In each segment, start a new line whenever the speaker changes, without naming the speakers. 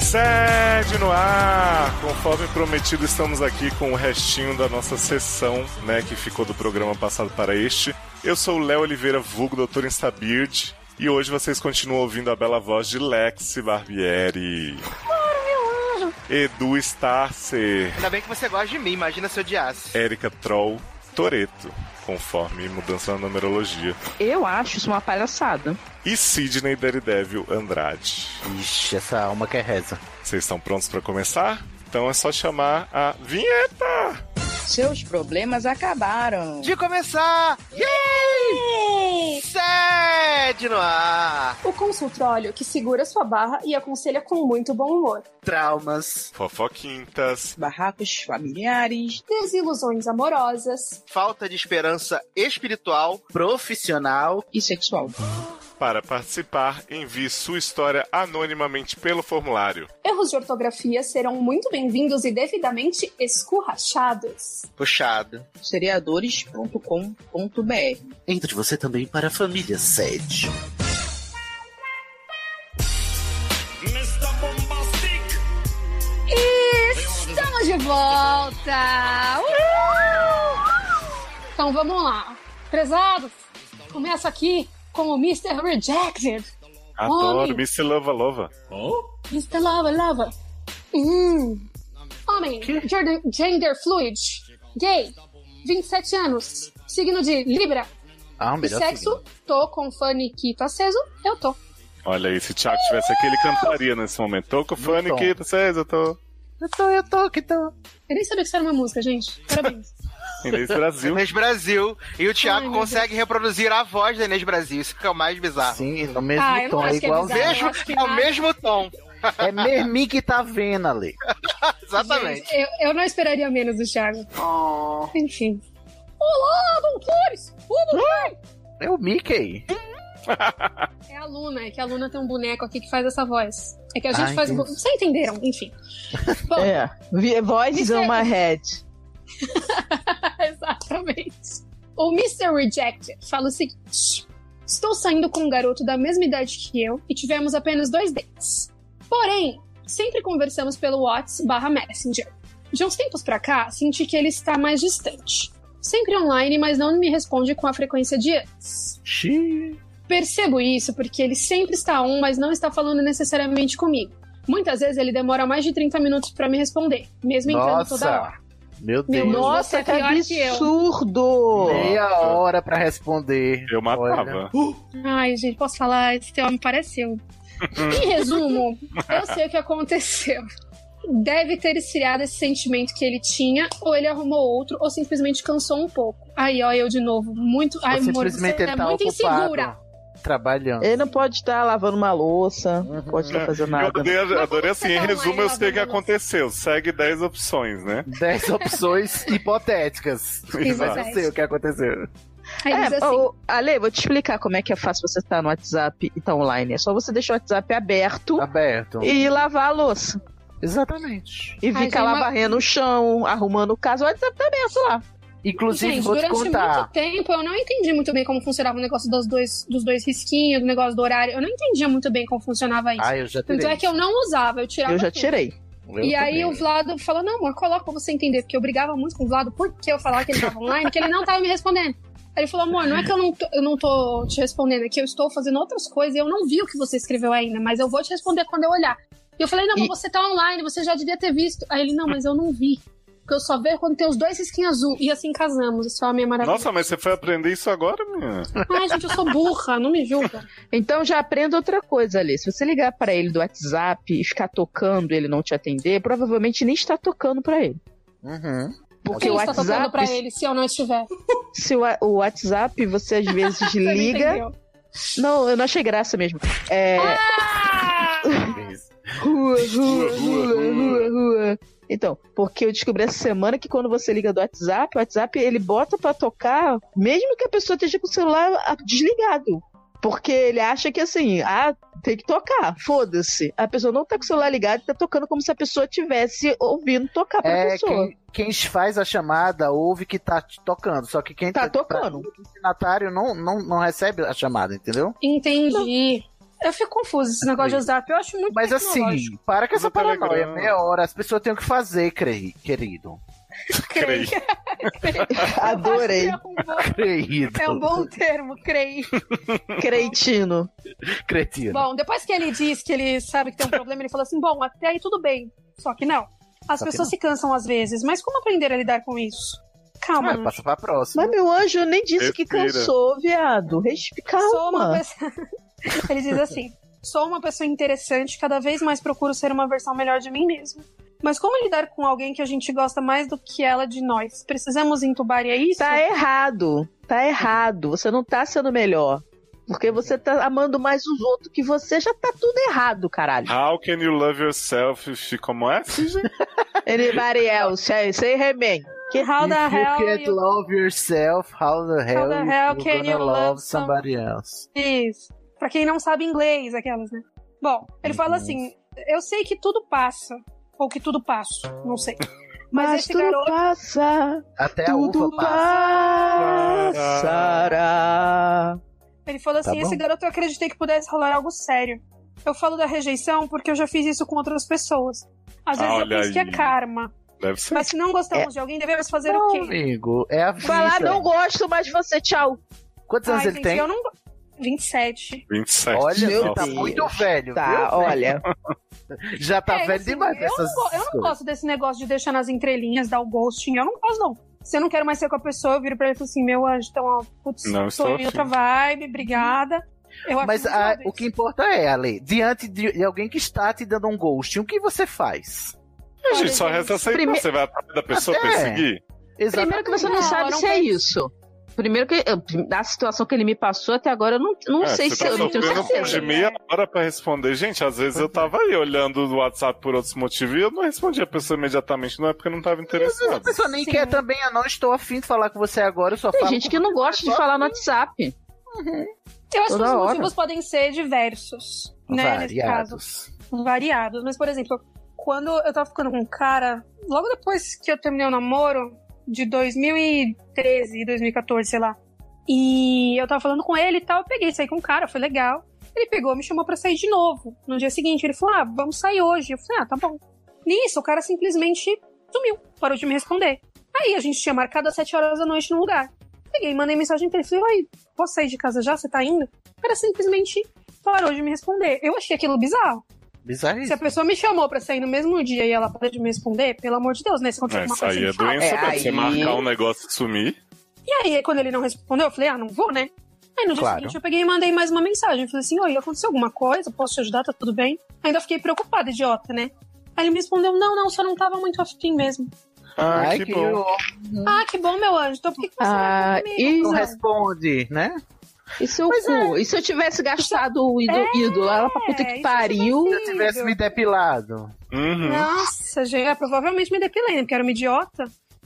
Sede no ar! Conforme prometido, estamos aqui com o restinho da nossa sessão, né, que ficou do programa passado para este. Eu sou o Léo Oliveira, vulgo Doutor Instabird, e hoje vocês continuam ouvindo a bela voz de Lexi Barbieri. Edu Starcer,
Ainda bem que você gosta de mim, imagina se eu odiasse.
Érica Troll, Toreto, conforme mudança na numerologia.
Eu acho isso uma palhaçada.
E Sidney Daredevil Andrade.
Ixi, essa alma que é reza.
Vocês estão prontos para começar? Então é só chamar a vinheta!
Seus problemas acabaram.
De começar! Yay! Sede no ar!
O consultório que segura sua barra e aconselha com muito bom humor.
Traumas,
Fofoquintas,
Barracos familiares.
Desilusões amorosas.
falta de esperança espiritual, profissional.
E sexual.
Para participar, envie sua história anonimamente pelo formulário.
Erros de ortografia serão muito bem-vindos e devidamente escurrachados.
Puxado.
Seriadores.com.br
Entre você também para a família sede.
Estamos de volta! Uhul! Então vamos lá. Prezados, começa aqui com o Mr. Rejected.
Adoro,
Homem.
Mr. Lova Lova.
Mr. Lava Lava. Hum. Homem, gender, gender fluid, gay, 27 anos, signo de Libra.
Ah, o
E
melhor
sexo,
signo.
tô com um o faniquito tá aceso, eu tô.
Olha aí, se o Thiago tivesse aqui, ele cantaria nesse momento. Tô com fone
tom.
aqui, vocês, eu tô.
Eu tô, eu tô, que tô.
Eu nem sabia que isso era uma música, gente. Parabéns.
Inês Brasil.
Inês Brasil. E o Thiago
Ai, meu
consegue reproduzir a voz da Inês Brasil. Isso que é o mais bizarro.
Sim, no mesmo
Ah, eu não
tom, é
acho que é
igualzinho.
bizarro.
Mesmo,
acho que
é o
nada.
mesmo tom.
É mesmo que tá vendo ali.
Exatamente.
É.
Gente, eu, eu não esperaria menos do Thiago.
Oh.
Enfim. Olá, doutores! O doutor!
É o Mickey.
É a Luna, é que a Luna tem um boneco aqui que faz essa voz. É que a gente
Ah,
faz um. bo-
entendi.
Vocês entenderam, enfim. Bom,
É. Vi- Voices
Isso é-
on my head.
Exatamente. O Mr. Rejected fala o seguinte: Estou saindo com um garoto da mesma idade que eu e tivemos apenas dois dates. Porém, sempre conversamos pelo WhatsApp barra Messenger. De uns tempos pra cá, senti que ele está mais distante. Sempre online, mas não me responde com a frequência de antes.
Xiii.
Percebo isso porque ele sempre está on, mas não está falando necessariamente comigo. Muitas vezes ele demora mais de 30 minutos pra me responder, mesmo entrando toda é hora.
Nossa. Meu
Meu
Deus.
Deus.
Nossa,
é
que
pior que eu.
absurdo!
Meia hora pra responder.
Eu matava.
Ai, gente, posso falar? Esse teu homem pareceu. em resumo, eu sei o que aconteceu. Deve ter esfriado esse sentimento que ele tinha, ou ele arrumou outro, ou simplesmente cansou um pouco. Aí, ó, eu de novo. Muito. Ai,
Ou
amor, você
simplesmente ele
é
tá
muito
ocupado
insegura.
Trabalhando.
Ele não pode estar lavando uma louça, não pode estar fazendo
Eu
nada.
adorei, adorei assim, em
Não,
resumo,
é
eu sei o que
lavando
aconteceu. Segue 10 opções, né?
Dez opções hipotéticas. Mas
Exato.
eu sei o que aconteceu.
Aí ele diz
É,
assim:
ô, Ale, vou te explicar como é que é fácil você estar no WhatsApp e tá online. É só você deixar o WhatsApp aberto
Tá Aberto.
e lavar a louça.
Exatamente.
E
Ai,
ficar
gente,
lá
mas-
varrendo o chão, arrumando o caso. O WhatsApp tá aberto lá.
Inclusive,
Gente,
vou te
durante
contar.
muito tempo eu não entendi muito bem como funcionava o negócio dos dois, dos dois risquinhos, do negócio do horário. Eu não entendia muito bem como funcionava isso.
Ah, eu já tirei.
Tanto é que eu não usava, eu tirava.
Eu já
tudo.
tirei.
e aí
também.
o Vlado falou, não, amor, coloca pra você entender, porque eu brigava muito com o Vlado porque eu falava que ele tava online, que ele não tava me respondendo. Aí ele falou, amor, não é que eu não, tô, eu não tô te respondendo, é que eu estou fazendo outras coisas e eu não vi o que você escreveu ainda, mas eu vou te responder quando eu olhar. E eu falei, não, mas
E-
você tá online, você já devia ter visto. Aí ele, não, mas eu não vi. Porque eu só vejo quando tem os dois risquinhos azul. E assim casamos, esse homem é maravilhoso.
Nossa, mas você foi aprender isso agora, minha?
Ai, gente, eu sou burra, não me julga.
Então já aprenda outra coisa, Ale. Se você ligar pra ele do WhatsApp e ficar tocando e ele não te atender, provavelmente nem está tocando pra ele.
Uhum.
Porque
Quem
o
está tocando pra
WhatsApp,
ele se eu não estiver?
se o, o WhatsApp você às vezes
Você não
liga.
entendeu.
Não, eu não achei graça mesmo. É. Ah! Rua, rua, rua, rua, rua. Então, porque eu descobri essa semana que quando você liga do WhatsApp, o WhatsApp ele bota pra tocar, mesmo que a pessoa esteja com o celular ah, desligado. Porque ele acha que assim, ah, tem que tocar, foda-se. A pessoa não tá com o celular ligado e tá tocando como se a pessoa tivesse ouvindo tocar pra
É,
pessoa.
quem, quem faz a chamada ouve que tá te tocando. Só que quem
Tá tocando.
O destinatário não, não, não recebe a chamada, entendeu?
Entendi. Eu fico confusa esse negócio de WhatsApp. Eu acho muito
Mas
É tecnológico.
assim, para com
Usa
é
essa
o Telegram.
paranoia. Meia hora, as pessoas têm o que fazer, crei, querido.
creio.
Adorei.
É um, bom,
Querido.
é um bom termo, creio.
Cretino.
Cretino.
Bom, depois que ele diz que ele sabe que tem um problema, ele falou assim: bom, até aí tudo bem. Só que não. As
Só que
pessoas se cansam às vezes, mas como aprender a lidar com isso? Calma.
Ah, passa pra próxima.
Mas meu anjo, eu nem disse que
Respira.
cansou, viado. Respi-
Sou uma
Calma.
pessoa... Ele diz assim: sou uma pessoa interessante, cada vez mais procuro ser uma versão melhor de mim mesmo. Mas como lidar com alguém que a gente gosta mais do que ela de nós? Precisamos entubar e é isso?
Tá errado. Tá errado. Você não tá sendo melhor. Porque você tá amando mais os outros que você já tá tudo errado, caralho.
How can you love yourself if- como é?
Anybody else, é isso aí, remem.
Que how the
If you
hell
can't
you...
love yourself, how the hell,
the hell
you
can
gonna
you
love
love
somebody else?
Isso. Pra quem não sabe inglês, aquelas, né? Bom, ele fala
Nossa.
assim: eu sei que tudo passa. Ou que tudo passo, não sei. Mas,
Mas
esse
tudo
garoto.
passa,
Até a
tudo
uva passa.
passará.
Ele falou assim:
Tá bom.
esse garoto eu acreditei que pudesse rolar algo sério. Eu falo da rejeição porque eu já fiz isso com outras pessoas. Às
Ah,
vezes eu
olha
penso que
aí.
é karma.
Deve ser.
Mas se não gostamos de alguém, devemos fazer o
É Não,
quê?
amigo, é a vida.
Falar, não gosto mais de você, tchau.
Quantos
Ai,
anos ele
gente,
tem?
eu não. go- 27.
27.
Olha,
Meu
você tá
Deus.
muito velho.
Tá,
viu?
olha.
Já tá
É,
velho
assim,
demais.
eu,
essas
não, go- eu não
coisas.
gosto desse negócio de deixar nas entrelinhas, dar o ghosting. Eu não gosto, não. Se eu não quero mais ser com a pessoa, eu viro pra ele e falo assim: meu anjo, então, ó, putz,
Não estou
tô em
afim.
outra vibe, obrigada. Eu acho
Mas
muito
a-
nada
o
isso.
que importa é, Ale, diante de, de alguém que está te dando um ghost, o que você faz?
Mas, gente, só resta aceitar.
Prime-
Você vai atrás da pessoa
tá É.
perseguir?
Primeiro que você não,
Não,
sabe
não
se é
tem-
isso. Primeiro que eu- da situação que ele me passou até agora, eu não, não
É,
sei
você
se
tá
eu não tenho
sofrendo por de
certeza.
meia hora pra responder. Gente, às vezes eu tava aí olhando o WhatsApp por outros motivos e eu não respondi a pessoa imediatamente. Não é porque eu não tava
Às vezes a
interessado.
pessoa nem
Sim.
quer é também, eu não estou afim de falar com você agora, eu só
Tem
falo
gente que não gosta de falar no WhatsApp.
Eu acho que
Toda
os
hora.
motivos podem ser diversos,
com
né? Nesse caso.
variados.
variados. Mas, por exemplo, quando eu tava ficando com um cara, logo depois que eu terminei o namoro, de 2013, 2014, sei lá, e eu tava falando com ele e tal, eu peguei, saí com um cara, foi legal. Ele pegou, me chamou pra sair de novo. No dia seguinte, ele falou: Ah, vamos sair hoje. Eu falei: Ah, tá bom. Nisso, o cara simplesmente sumiu, parou de me responder. Aí a gente tinha marcado às 7 horas da noite no lugar. Peguei, mandei mensagem pra ele, falei, uai, posso sair de casa já? Você tá indo? O cara simplesmente parou de me responder. Eu achei aquilo bizarro.
Bizarro
Se
isso.
a pessoa me chamou pra sair no mesmo dia e ela para de me responder, pelo amor de Deus, né? Se acontecer alguma
Essa
coisa,
aí
ele
é
fala.
doença,
É,
né? Você
aí-
marcar um negócio e sumir.
E aí, quando ele não respondeu, eu falei, ah, não vou, né? Aí no dia
Claro.
seguinte eu peguei e mandei mais uma mensagem. Falei assim, oi, aconteceu alguma coisa? Posso te ajudar? Tá tudo bem? Ainda fiquei preocupada, idiota, né? Aí ele me respondeu, não, não, só não tava muito afim mesmo.
Ah,
Ai,
que,
que
bom.
horror.
Ah, que bom, meu anjo. Então por que, que você
Ah,
vai comigo?
e, é,
não responde, né?
e seu
Mas
cu? E se eu tivesse gastado o ídolo, ídolo lá pra puta
isso
É, que
eu
pariu?
Se eu tivesse me depilado.
Uhum.
Nossa, gente, é, provavelmente me depilei, né? Porque era uma idiota.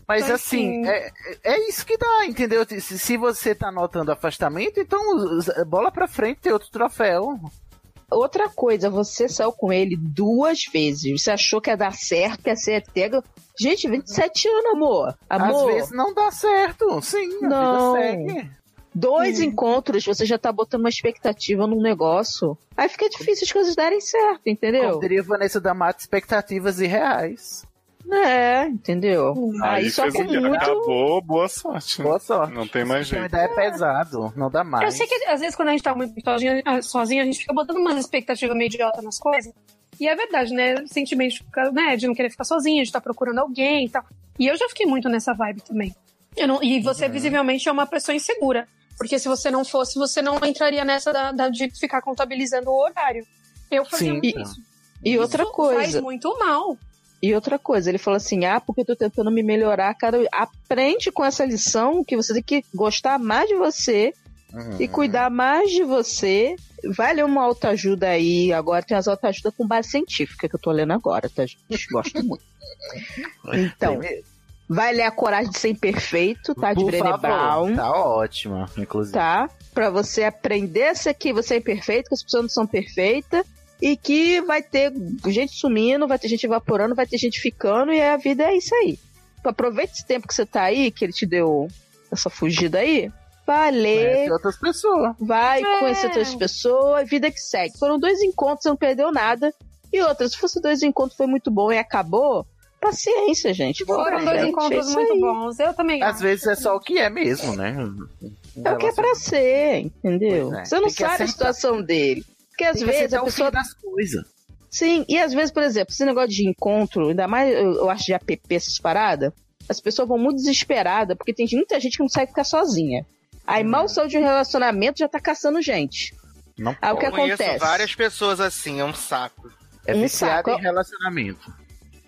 Mas
Então,
assim,
assim-
é, é- é isso que dá, entendeu? Se, se você tá notando afastamento, então os- os- bola pra frente, tem outro troféu.
Outra coisa, você saiu com ele duas vezes. Você achou que ia dar certo, que ia ser eterno. Gente, 27 anos, amor. Amor,
Às vezes não dá certo, sim, a
Não.
vida segue.
dois encontros, você já tá botando uma expectativa num negócio. Aí fica difícil as coisas darem certo,
Como
entendeu?
diria Vanessa da Mata, expectativas irreais.
É, entendeu? Aí,
Aí
só
fez
com
o quê?
muito.
Acabou, boa sorte. né?
Boa sorte.
Não tem mais
Esse filme
jeito.
daí é pesado, não dá mais.
Eu sei que às vezes quando a gente tá muito sozinha, sozinha, a gente fica botando umas expectativas meio idiota nas coisas. E é verdade, né? Sentimento de ficar, né, de não querer ficar sozinha, de estar procurando alguém e tal. E eu já fiquei muito nessa vibe também. Eu não- e
Uhum.
você visivelmente é uma pessoa insegura. Porque se você não fosse, você não entraria nessa da, da- de ficar contabilizando o horário. Eu fazia
Sim,
muito
então.
isso.
E outra
Isso
coisa.
Faz muito mal.
E outra coisa, ele falou assim: ah, porque eu tô tentando me melhorar, cara. Aprende com essa lição que você tem que gostar mais de você
Uhum.
e cuidar mais de você. Vai ler uma autoajuda aí. Agora tem as autoajudas com base científica que eu tô lendo agora, tá, gente? Gosto muito. Então,
Primeiro,
vai ler A Coragem de Ser Imperfeito, tá? De
por
Brené
favor,
Brown,
Tá ótima, inclusive.
tá? Pra você aprender essa que você é imperfeito, que as pessoas não são perfeitas. E que vai ter gente sumindo, vai ter gente evaporando, vai ter gente ficando, e a Então, vida é isso aí. Aproveita esse tempo que você tá aí, que ele te deu essa fugida aí, Vai ler,
Conhece outras pessoas.
vai
É.
conhecer outras pessoas, vida que segue. Foram dois encontros, você não perdeu nada. E outra, se fosse dois encontros, foi muito bom e acabou. Paciência, gente. Bola
Foram
pra
dois
frente, é
encontros
isso
muito
aí.
bons. Eu também.
Às
acho.
vezes é só o que é mesmo, né?
É o que é pra ser, entendeu?
Pois é,
Você não
tem que
sabe a
acertar.
situação dele. Porque às vezes a pessoa
é das coisas.
Sim, e às vezes, por exemplo, esse negócio de encontro, ainda mais eu, eu acho de app, essas paradas, as pessoas vão muito desesperadas, porque tem muita gente que não sabe ficar sozinha. Aí
Uhum.
mal saiu de um relacionamento já tá caçando gente.
Não
Aí Ah, o que
pode.
Eu conheço
acontece?
várias pessoas assim, é um saco.
É
um saco.
viciado em relacionamento.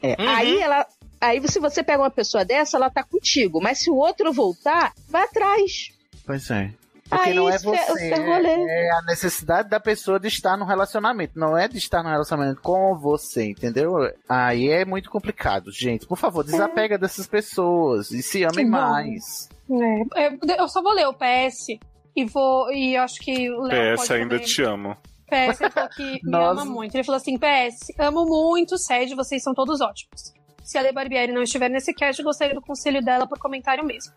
É,
Uhum.
Aí ela. Aí se você pega uma pessoa dessa, ela tá contigo. Mas se o outro voltar, vai atrás.
Pois é. Porque
Aí
não é
isso é-
você.
isso é rolê.
É a necessidade da pessoa de estar no relacionamento. Não é de estar no relacionamento com você, entendeu? Aí é muito complicado, gente. Por favor, desapega dessas pessoas e se amem
Bom.
mais.
É, é, eu só vou ler o PS e vou. E acho que o Léo.
PS
pode
ainda
também.
te amo.
PS ele falou é que me
Nós-
ama muito. Ele falou assim: PS, amo muito, Sede, vocês são todos ótimos. Se a Le Barbieri não estiver nesse cast, eu gostaria do conselho dela por comentário mesmo.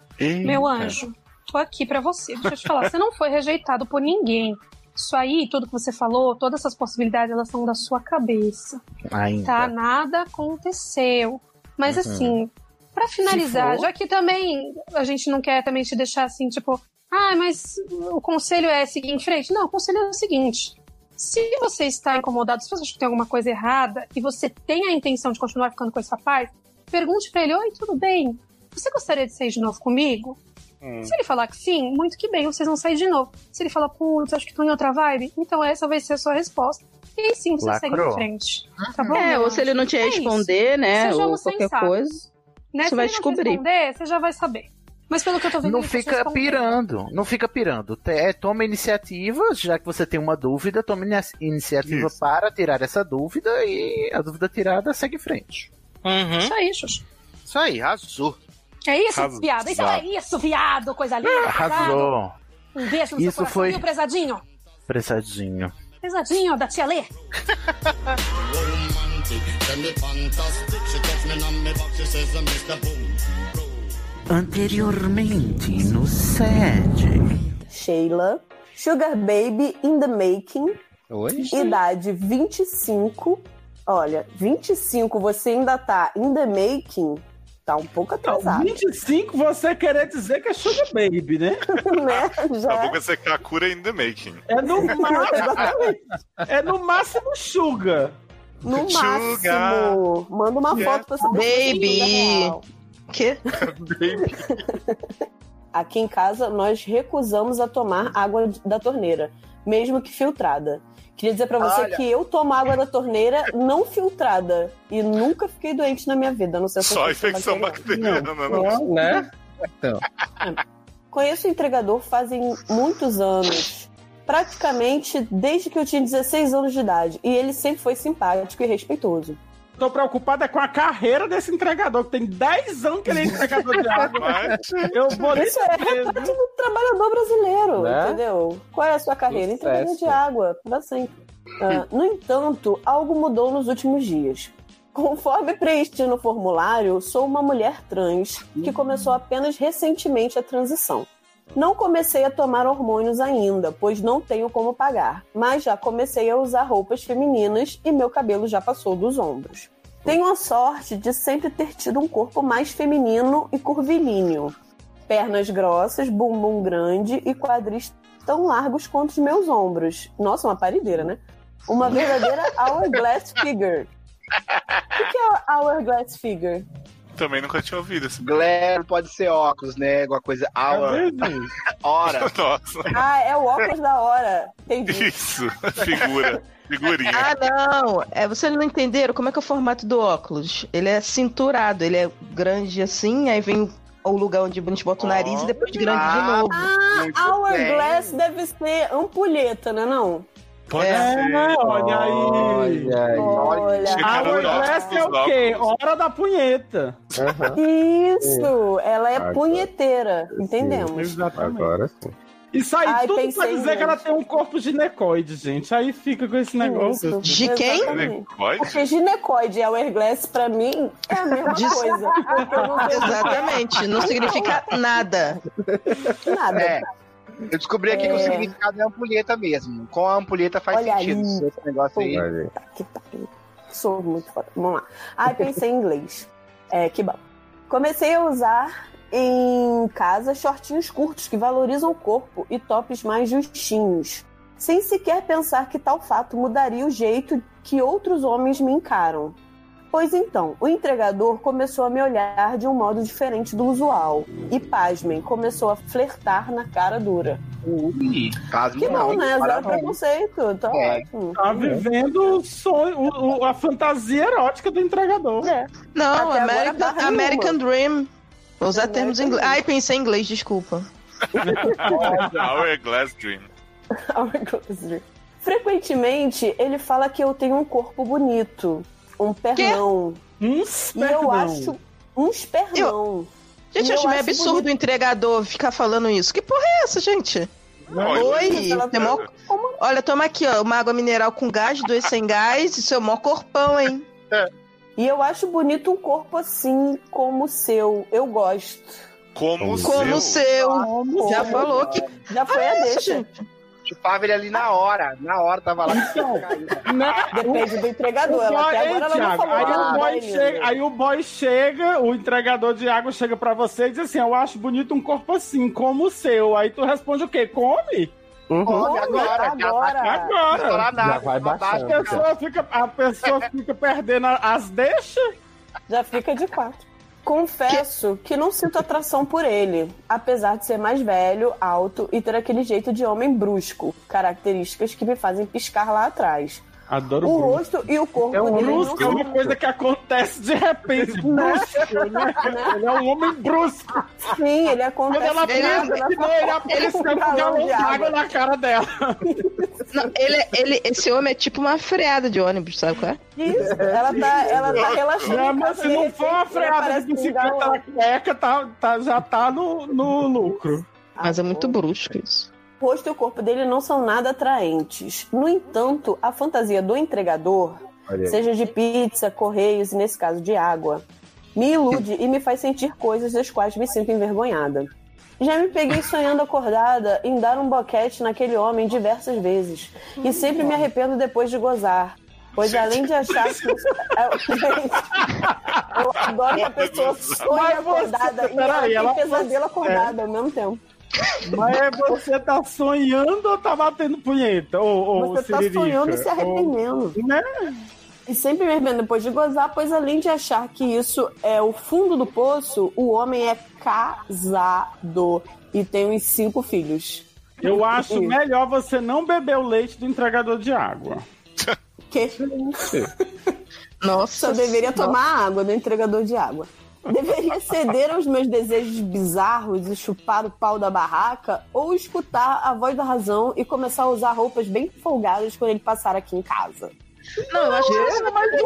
Meu anjo, tô aqui pra você. Deixa eu te falar, você não foi rejeitado por ninguém. Isso aí, tudo que você falou, todas essas possibilidades, elas são da sua cabeça.
Ainda.
Tá, nada aconteceu. Mas
Uhum.
assim, pra finalizar,
Se for-
já que também a gente não quer também te deixar assim, tipo, ah, mas o conselho é seguir em frente. Não, o conselho é o seguinte. Se você está incomodado, se você acha que tem alguma coisa errada e você tem a intenção de continuar ficando com esse rapaz, pergunte pra ele: Oi, tudo bem? Você gostaria de sair de novo comigo?
Hum.
Se ele falar que sim, muito que bem, vocês vão sair de novo. Se ele falar, putz, acho que tô em outra vibe, então essa vai ser a sua resposta. E aí sim você segue
Lacrou.
em frente. Tá bom?
É,
meu
ou se ele não te
É
responder, né? Ou
Sejamos
qualquer
sensatos.
coisa.
Né?
Você
Se
vai
ele não
descobrir.
responder, você já vai saber. Mas pelo que eu tô vendo,
Não
ele tá se
fica
escondendo.
pirando, não fica pirando. Te- É, toma iniciativa, já que você tem uma dúvida, toma inia- iniciativa
Isso.
para tirar essa dúvida e a dúvida tirada segue em frente.
Uhum.
É Isso aí, Xuxa.
Isso aí, arrasou.
É isso,
Arrasou.
viado? Isso é isso, viado! Coisa linda! viado.
Arrasou,
Um beijo no
Isso
seu coração,
foi-
viu, prezadinho?
prezadinho.
Prezadinho da tia Lê.
Anteriormente, no sede.
Sheila, Sugar Baby in the Making,
Oi?
idade 25. Olha, 25, você ainda tá in the making? Tá um pouco
Não,
atrasado,
25 você querer dizer que é Sugar Baby, né?
né?
A
Já.
boca é Kakura in the making.
É no máximo. é no máximo Sugar.
No
um Sugar.
máximo. Manda uma
Yeah.
foto pra saber.
Baby.
se é real.
Quê?
Aqui em casa, nós recusamos a tomar água da torneira, mesmo que filtrada. Queria dizer pra você que eu tomo água da torneira não filtrada. E nunca fiquei doente na minha vida. Não sei se eu
Só
sou
infecção bacteriana, não. não.
Não, né?
Conheço o entregador fazem muitos anos. Praticamente desde que eu tinha 16 anos de idade. E ele sempre foi simpático e respeitoso.
Tô preocupada com a carreira desse entregador, que tem 10 anos que ele é entregador de água.
Mas
Eu vou né? nem
Isso é
saber, viu?
retrato do trabalhador brasileiro,
Né?
entendeu? Qual é a sua carreira?
Sucesso.
Entregador de água, pra sempre. Ah, no entanto, algo mudou nos últimos dias. Conforme preenchi no formulário, sou uma mulher trans que começou apenas recentemente a transição. Não comecei a tomar hormônios ainda, pois não tenho como pagar, mas já comecei a usar roupas femininas e meu cabelo já passou dos ombros. Tenho a sorte de sempre ter tido um corpo mais feminino e curvilíneo pernas grossas, bumbum grande e quadris tão largos quanto os meus ombros. Nossa, uma parideira, né? Uma verdadeira hourglass figure. O que é hourglass figure?
também nunca tinha ouvido esse.
Glare pode ser óculos, né? Alguma coisa.
É
Aura. Hora.
Nossa,
Ah, é o óculos da hora. Entendi.
isso. Figura. Figurinha.
Ah, não. É, vocês não entenderam como é que é o formato do óculos. Ele é cinturado, ele é grande assim, aí vem o- o lugar onde a gente bota o nariz e depois grande de
Ah,
novo.
Muito
Né?
Hourglass
bem.
deve ser ampulheta, né não?
Pode
É.
É, né? Olha aí.
Olha.
Esse cara não gosta
Hourglass
dos
é o quê?
óculos.
Hora da punheta.
Isso, ela é
Agora.
punheteira, entendemos.
Exatamente.
Agora sim.
Isso aí,
Ai,
tudo pra
pensei
dizer que
nisso.
ela tem um corpo ginecoide, gente. Aí fica com esse negócio.
Isso,
De quem?
exatamente.
Pode?
Porque ginecoide e hourglass, pra mim, é a mesma
Diz-
coisa. Eu não vejo
Exatamente. Não significa nada.
nada.
É.
Eu descobri aqui que o
É.
significado é ampulheta mesmo. Com a ampulheta faz
Olha
sentido
aí.
esse negócio aí.
Olha aí.
Tá, que pariu. Sou muito foda. Vamos lá. Ai, pensei em inglês. É, que bom. Comecei a usar em casa shortinhos curtos que valorizam o corpo e tops mais justinhos. Sem sequer pensar que tal fato mudaria o jeito que outros homens me encaram. Pois então, o entregador começou a me olhar de um modo diferente do usual. E, pasmem, começou a flertar na cara dura.
Ui, caso
Que bom, né? Zero
Parabéns.
preconceito. Tá
É.
ótimo.
Tá vivendo o sonho, o- o- a fantasia erótica do entregador.
É.
Não,
Até agora,
American,
barra
American Dream. Vou usar
American
termos em inglês.
Dream.
Ai, pensei em inglês, desculpa.
Hourglass é Dream.
Hourglass. Frequentemente, ele fala que eu tenho um corpo bonito, um pernão.
Um
E eu
perdão.
acho uns pernão.
Gente,
E
eu
eu
acho meio
acho
absurdo
bonito.
o entregador ficar falando isso. Que porra é essa, gente? Oi,
Ela-
tem mó- Olha, toma aqui, ó, uma água mineral com gás, dois sem gás, e seu mó corpão, hein?
E eu acho bonito um corpo assim como o seu. Eu gosto.
Como,
Como o
seu.
Ah,
seu.
Como?
Já falou que.
Já foi a
Isso,
deixa.
gente.
Chupava ele ali na hora. Na hora tava lá.
Então. Depende do entregador.
O
Ela
boy,
até
ei,
agora ela não
Thiago,
falou
aí,
nada,
o boy
né,
chega, aí o boy chega, o entregador de água chega pra você e diz assim: Eu acho bonito um corpo assim, como o seu. Aí tu responde o quê? Come?
Come
Come
Uhum. agora,
agora.
agora.
tá Agora!
Estourar nada. tá
Já vai
uma
A
baixando,
baixa, cara.
pessoa fica, a pessoa fica perdendo a- as deixas.
Já fica de quatro. Confesso que não sinto atração por ele, apesar de ser mais velho, alto e ter aquele jeito de homem brusco, características que me fazem piscar lá atrás.
Adoro
O né? rosto e o corpo
É um
dele não
brusco, é
são
uma coisa que acontece de repente. Brusco, né? Ele é um homem brusco.
Sim, ele
Quando
acontece.
ela
do nada,
pensa né,
ela
que não, ele
ele
apareceu com um
com um galão
galão
de água.
d'água na cara dela.
Não, ele, ele, esse homem é tipo uma freada de ônibus, sabe qual é?
Isso, ela tá, ela tá relaxando.
Não,
em
mas
casa,
se
de
não
repente,
for uma
ele
freada
aparece
de
com um
bicicleta
galão.
na cueca, tá, tá- já tá no, no lucro.
Mas é muito brusco isso.
O rosto e o corpo dele não são nada atraentes. No entanto, a fantasia do entregador
Olha aí.
seja de pizza, correios e nesse caso de água, me ilude e me faz sentir coisas das quais me sinto envergonhada. Já me peguei sonhando acordada em dar um boquete naquele homem diversas vezes e sempre me arrependo depois de gozar. Pois além de achar que. Eu, gente, eu adoro que a pessoa sonha
Mas você-
acordada e ela
peraí,
tem
ela- é.
pesadelo acordada ao mesmo tempo.
Mas é você tá sonhando ou tá batendo punheta? Ou, ou
Você tá
siririca?
sonhando e se
Ou-
arrependendo.
Né?
E sempre me arrependo depois de gozar, pois além de achar que isso é o fundo do poço, o homem é casado e tem uns cinco filhos.
Eu acho né? melhor você não beber o leite do entregador de água.
Que
Nossa.
só deveria tomar água do entregador de água. Deveria ceder aos meus desejos bizarros e chupar o pau da barraca, ou escutar a voz da razão e começar a usar roupas bem folgadas quando ele passar aqui em casa.
Não, eu acho que isso é mais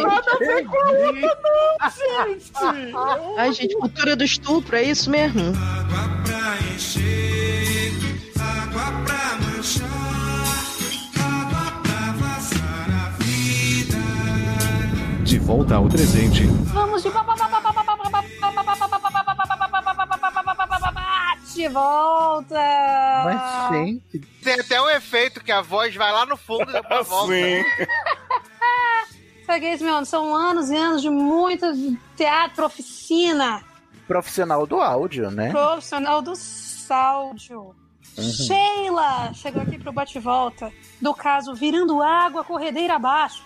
uma coisa
Gente!
Ai, gente, cultura do estupro, é isso mesmo?
De volta ao presente.
Vamos de de volta.
Mas, gente,
Tem até um efeito que a voz vai lá no fundo e depois
Assim.
volta.
Sim.
Peguei isso, meu. São anos e anos de muito teatro, oficina,
profissional do áudio,
É?
né?
profissional do sáudio.
Uhum.
Sheila chegou aqui pro bate-volta do caso Virando Água Corredeira Abaixo,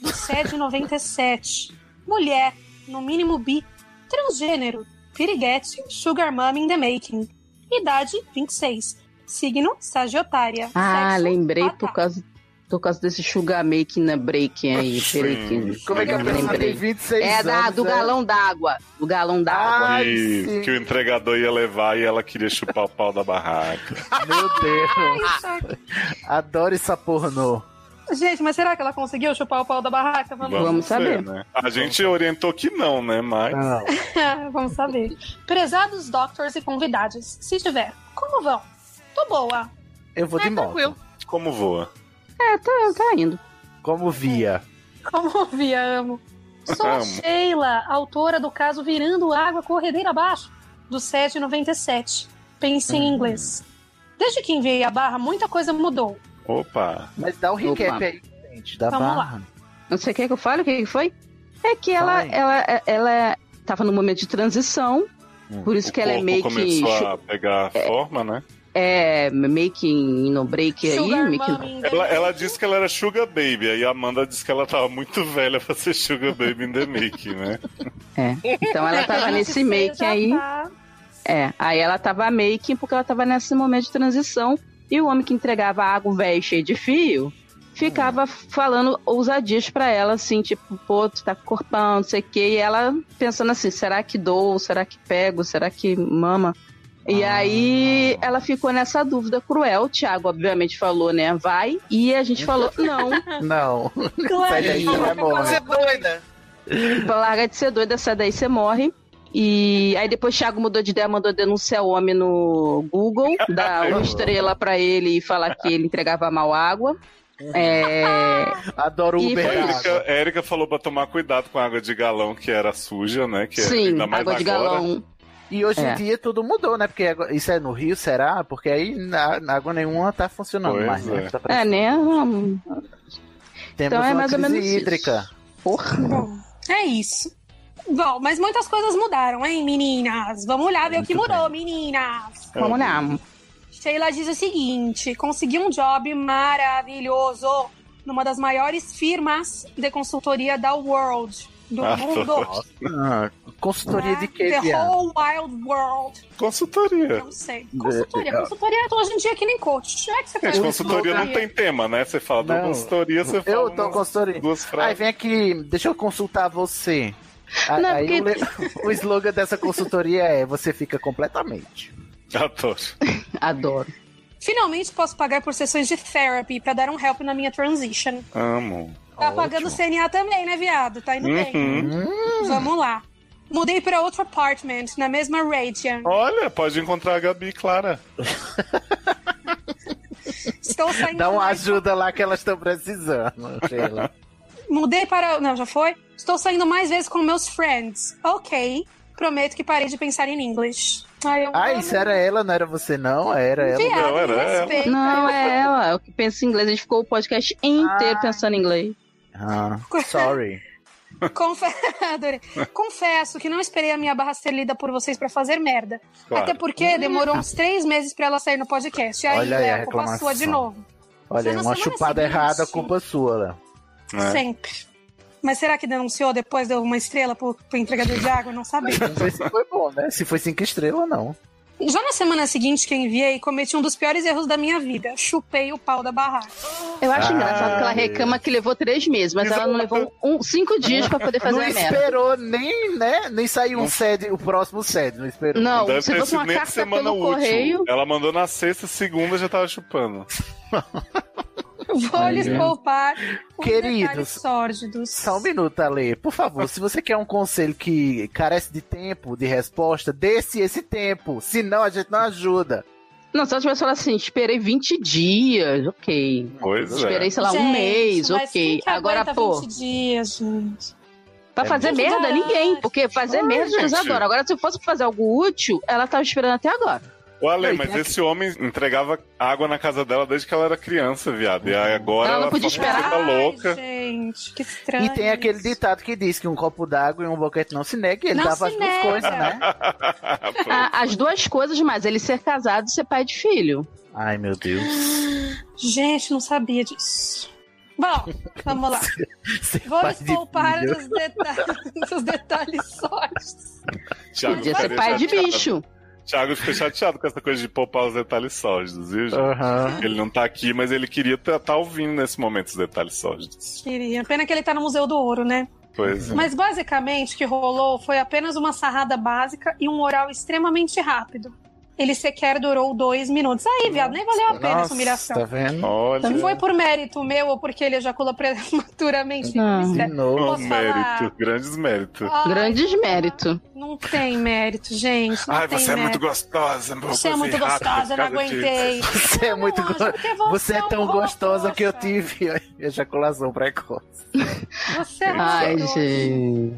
do SED 97. Mulher, no mínimo bi, transgênero, piriguete, sugar mommy in the making. Idade, 26. Signo, sagitária.
Ah,
Sexo, tá.
lembrei
batata.
por causa, por causa desse sugar making na break aí. Peraí que
Como é que a
eu
pessoa tem
lembrei.
26
É
anos?
da, do
né?
galão d'água. Do galão d'água.
Ai,
E
sim.
que o entregador ia levar e ela queria chupar o pau da barraca.
Meu Deus.
É Isso aqui.
Adoro essa pornô.
Gente, mas será que ela conseguiu chupar o pau da barraca? Vamos,
Vamos saber.
né? A gente orientou que não, né? Mas.
Não.
Ah, Vamos saber. Prezados doctors e convidados, se tiver, como vão? Tô boa.
Eu vou de
é
moto.
Como voa?
É, tá,
Ah,
tá indo.
Como via.
Como vi, amo. Sou a
Amo.
Sheila, autora do caso Virando Água Corredeira Abaixo, do 797. Pense em inglês. Desde que enviei a barra, muita coisa mudou.
Opa!
Mas dá um recap aí, gente, da
Vamos lá.
barra.
Não sei o que é que eu falo, o que que foi? É que ela,
Vai.
ela, ela tava num momento de transição,
Hum.
por isso
o
que ela é
corpo
meio que.
começou a pegar forma, né?
É, meio que no break aí,
Sugar
meio que-
Mommy,
Ela, ela disse que ela era Sugar Baby, aí a Amanda disse que ela tava muito velha pra ser Sugar Baby in the Make, né?
Então ela tava nesse make aí. É, aí ela tava making porque ela tava nesse momento de transição e o homem que entregava água velha cheia de fio ficava falando ousadias pra ela, assim, tipo, pô, tu tá com corpão, não sei o quê, e ela pensando assim, será que dou, será que pego, será que mama? E
Ah.
aí ela ficou nessa dúvida cruel. O Thiago, obviamente, falou, né, vai, e a gente falou, não,
Não. Sai daí,
Claro.
vai
né?
morrer.
é doida.
Tipo, larga de ser doida, sai daí você morre. E aí depois Thiago mudou de ideia, mandou denunciar o homem no Google, dar uma estrela pra ele e falar que ele entregava mal água. É,
Adoro o
E
Uber.
foi
água.
Érica, Érica falou pra tomar cuidado com a água de galão, que era suja, né? Que é-
sim,
ainda mais
água de
agora.
galão.
E hoje
É.
em dia tudo mudou, né? Porque agora- isso é no Rio, será? Porque aí na, na água nenhuma tá funcionando
Pois
mais. Né?
é.
Tá
É,
parecendo-
né? Hum,
Temos
então é
uma
mais ou
crise
menos isso.
hídrica.
Porra.
Bom, é isso. Bom, mas muitas coisas mudaram, hein, meninas? Vamos olhar ver o que
Muito
mudou, meninas.
É,
Vamos lá.
Sheila diz o seguinte: consegui um job maravilhoso numa das maiores firmas de consultoria da World. Do
Ah,
mundo.
Ah, consultoria de quê,
The
viado?
whole wild world.
Consultoria.
Não sei. Consultoria. Consultoria hoje em dia é que nem coach. É que você faz
Gente, consultoria não tem tema, né? Você fala da
Não.
consultoria, você fala
Eu tô
umas
consultoria.
duas
Aí
frases.
vem aqui, deixa eu consultar você. A-
Não,
aí o, le- o slogan dessa consultoria é você fica completamente.
Adoro.
Adoro.
Finalmente posso pagar por sessões de therapy pra dar um help na minha transition.
Amo.
Tá
Ótimo.
pagando CNA também, né, viado? Tá indo bem.
Uhum.
Vamos lá. Mudei pra outro apartment, na mesma region.
Olha, pode encontrar a Gabi, Clara.
Estou saindo.
Dá um uma
mais-
ajuda lá que elas estão precisando, Sheila.
Mudei para. Não, já foi? Estou saindo mais vezes com meus friends. Ok. Prometo que parei de pensar em inglês. Ai, eu
Ah,
amo.
isso era ela, não era você não? Era ela.
Viado,
Não, era
me
ela.
respeita.
Não, é ela. Eu que penso em inglês. A gente ficou o podcast inteiro pensando em inglês.
Ah, sorry.
Confe- Adorei. Confesso que não esperei a minha barra ser lida por vocês pra fazer merda.
Claro.
Até porque demorou uns três meses pra ela sair no podcast. E aí,
Hum. Ah. Olha aí a
é, culpa
reclamação.
sua de novo.
Olha, é
Foi na
uma
semana
chupada
seguinte.
errada, culpa sua, Léo.
né?
Sempre. Mas será que denunciou depois deu uma estrela pro, pro entregador de água? Não sabemos.
Não sei se foi bom, né? Se foi cinco estrelas, não.
Já na semana seguinte que eu enviei, cometi um dos piores erros da minha vida. Chupei o pau da barraca.
Eu acho
Ah,
engraçado que ela
meu.
reclama que levou três meses, mas ela não levou um- cinco dias pra poder fazer
não
a merda.
esperou nem, né? Nem saiu um
Não.
sede, o próximo sede, não esperou.
Não,
Deve
se
ter
fosse
sido
uma
nem de
carta
semana
pelo
útil.
correio,
Ela mandou na sexta, segunda já tava chupando.
Vou lhes poupar um os
Queridos,
detalhes sórdidos.
Só um minuto, Ale. Por favor, se você quer um conselho que carece de tempo, de resposta, desse esse tempo. Senão a gente não ajuda.
Não, se ela tivesse falado assim, esperei 20 dias, ok.
Pois
Esperei,
é.
sei lá, um
Gente,
mês,
mas quem
ok.
que
Agora,
aguenta
pô,
20 dias, gente.
pra fazer
muito
merda,
barato.
ninguém. Porque fazer
Ah,
merda, eles
gente.
adoram. Agora, se fosse pra fazer algo útil, ela tava esperando até agora.
O Ale,
Não,
mas
e-
esse homem entregava água na casa dela desde que ela era criança, viado. E aí agora
Ela
ela,
não podia
só
esperar.
fica tá louca.
Gente, que estranho.
e tem
Então
aquele
é isso.
ditado que diz que um copo d'água e um boquete não se nega. e Ele
Não
dava
se
as duas
nega.
coisas, né?
Ah, Pô,
A- Ah, as duas coisas mais, ele ser casado e ser pai de filho.
Ai, meu Deus.
Gente, não sabia disso. Bom, vamos lá.
Ser
Vou
pai
lhes
de
poupar
filho.
os detalhes, os detalhes sórdidos.
Thiago
Podia ser
ficaria
pai de
chateado.
bicho.
Thiago ficou chateado com essa coisa de poupar os detalhes sólidos, viu,
Ah.
gente?
Aham.
Ele não tá aqui, mas ele queria estar ouvindo nesse momento os detalhes sólidos.
Queria. Pena que ele tá no Museu do Ouro, né?
Pois é.
Mas basicamente o que rolou foi apenas uma sarrada básica e um oral extremamente rápido. Ele sequer durou dois minutos. Aí, viado, nem valeu a pena essa humilhação.
Tá vendo?
Olha,
Não foi por mérito meu ou porque ele ejacula prematuramente.
Não.
De
Isso é-
novo.
um
posso falar?
mérito, grandes méritos.
Ai,
Grande desmérito.
Não tem mérito, gente. Não
Ai,
tem
você é muito
mérito.
gostosa, Ah, meu
Você é
cozinhado,
muito gostosa, eu não
por causa disso.
aguentei.
Você é muito
Não,
gostosa.
acho que
Você é
um
tão
robô,
gostosa que eu
poxa.
tive ejaculação precoce.
Você é
Ai,
maravilhoso.
gente.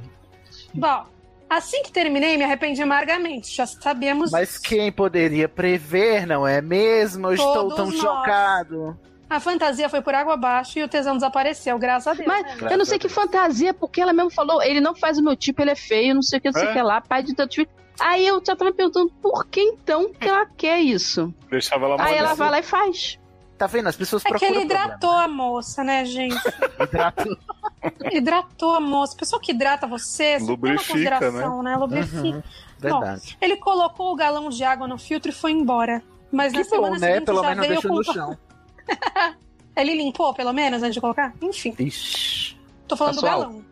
Bom, Assim que terminei, me arrependi amargamente. Já sabemos.
Mas quem poderia prever, não é mesmo? Eu estou
Todos
tão
nós.
chocado.
A fantasia foi por água abaixo e o tesão desapareceu, graças a Deus. É
Mas eu não sei que fantasia, porque ela mesmo falou, ele não faz o meu tipo, ele é feio, não sei o que, não sei o
É?
que lá, pai de tanto filho. Aí eu já tava perguntando por que então que ela quer isso.
Deixava ela
Aí ela
amadurecer.
vai lá e faz.
Tá vendo? As pessoas
É que
procuram.
ele
problema.
hidratou a moça, né, gente?
Hidratou.
hidratou a moça. Pessoa que hidrata você, você tem uma
Lubrifica,
consideração, né?
Uhum.
Lubrifica.
Verdade.
Ele colocou o galão de água no filtro e foi embora. Mas na
que
semana
bom, né?
seguinte
Pelo
já
menos
veio
deixa
com...
no chão.
Ele limpou, pelo menos, antes de colocar? Enfim,
Ixi.
tô falando
Pessoal. Uhum.
do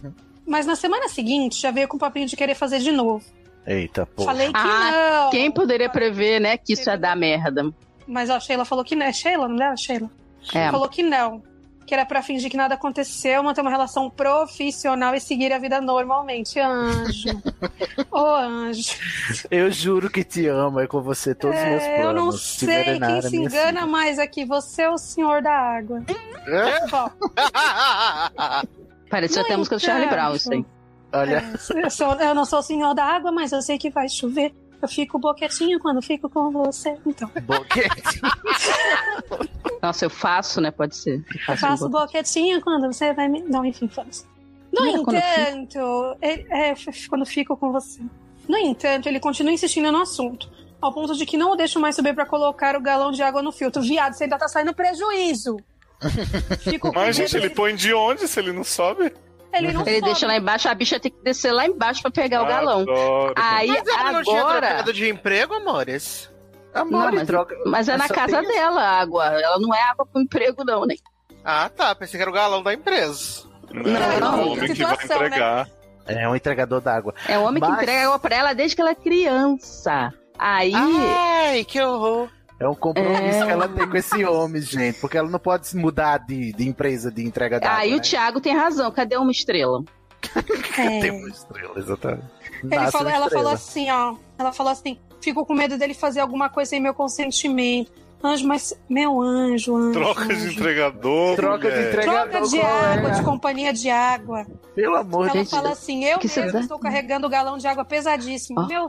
galão. Mas na semana seguinte já veio com o papinho de querer fazer de novo.
Eita, pô.
Falei que
Ah,
não.
Quem poderia prever, né, que isso ia dar merda?
Mas ó, a Sheila falou que não. É Sheila, não é? Sheila.
É.
Falou que não. Que era pra fingir que nada aconteceu, manter uma relação profissional e seguir a vida normalmente. Anjo. Ô, anjo.
Eu juro que te amo, é com você todos os meus
É,
planos.
eu não sei
Se verenar
quem
a
se
minha
engana mais aqui. Você é o senhor da água. Bom,
Parecia até a
No
música do Charlie
entanto,
Brown, assim. isso aí.
Olha,
É.
Eu, sou- eu não sou o senhor da água, mas eu sei que vai chover. Eu fico boquetinho quando fico com você. Então,
boquete.
Nossa, eu faço, né? Pode ser. Eu
eu
faço um
faço
pouco.
boquetinho quando você vai me. Não, enfim, vamos. No
Não é quando
entanto, ele- é, f- quando fico com você. No entanto, ele continua insistindo no assunto, ao ponto de que não o deixo mais subir pra colocar o galão de água no filtro. Viado, você ainda tá saindo prejuízo. Fico com
Mas,
medo
gente, ele
dele-
põe de onde se ele não sobe?
ele não
Ele
sobe.
deixa lá embaixo, a bicha tem que descer lá embaixo pra pegar É
Ah,
o galão.
Adoro.
Aí
Mas ela não tinha
agora.
trocado de emprego, amores?
Amor,
Não,
e troca.
Mas é na
Essa
casa
tem-
dela a água. Ela não é água pro emprego, não, né?
Ah, tá. Pensei que era o galão da empresa.
Não, é
Não, não,
o homem que vai
situação, né?
entregar.
É um entregador d'água.
É um homem
Mas-
que entrega água pra ela desde que ela é criança. Aí.
Ah,
Ai, que horror.
É um compromisso
É.
que ela tem com esse homem, gente. Porque ela não pode se mudar de, de empresa de entrega d'água.
Aí
né?
o Thiago tem razão, cadê uma estrela?
É.
Tem
um
uma estrela, exatamente.
Ele
Nasce
falou,
uma
ela
estrela.
falou assim, ó. Ela falou assim, ficou com medo dele fazer alguma coisa sem meu consentimento. Anjo, mas meu anjo, anjo.
Troca de
anjo.
entregador.
Troca de
mulher.
entregador.
Uhum. Troca de
qual é?
água, de companhia de água.
Pelo amor de
Ela
gente,
fala assim, eu
que
mesmo
cidade.
estou carregando o galão de água pesadíssimo.
Ó.
Meu,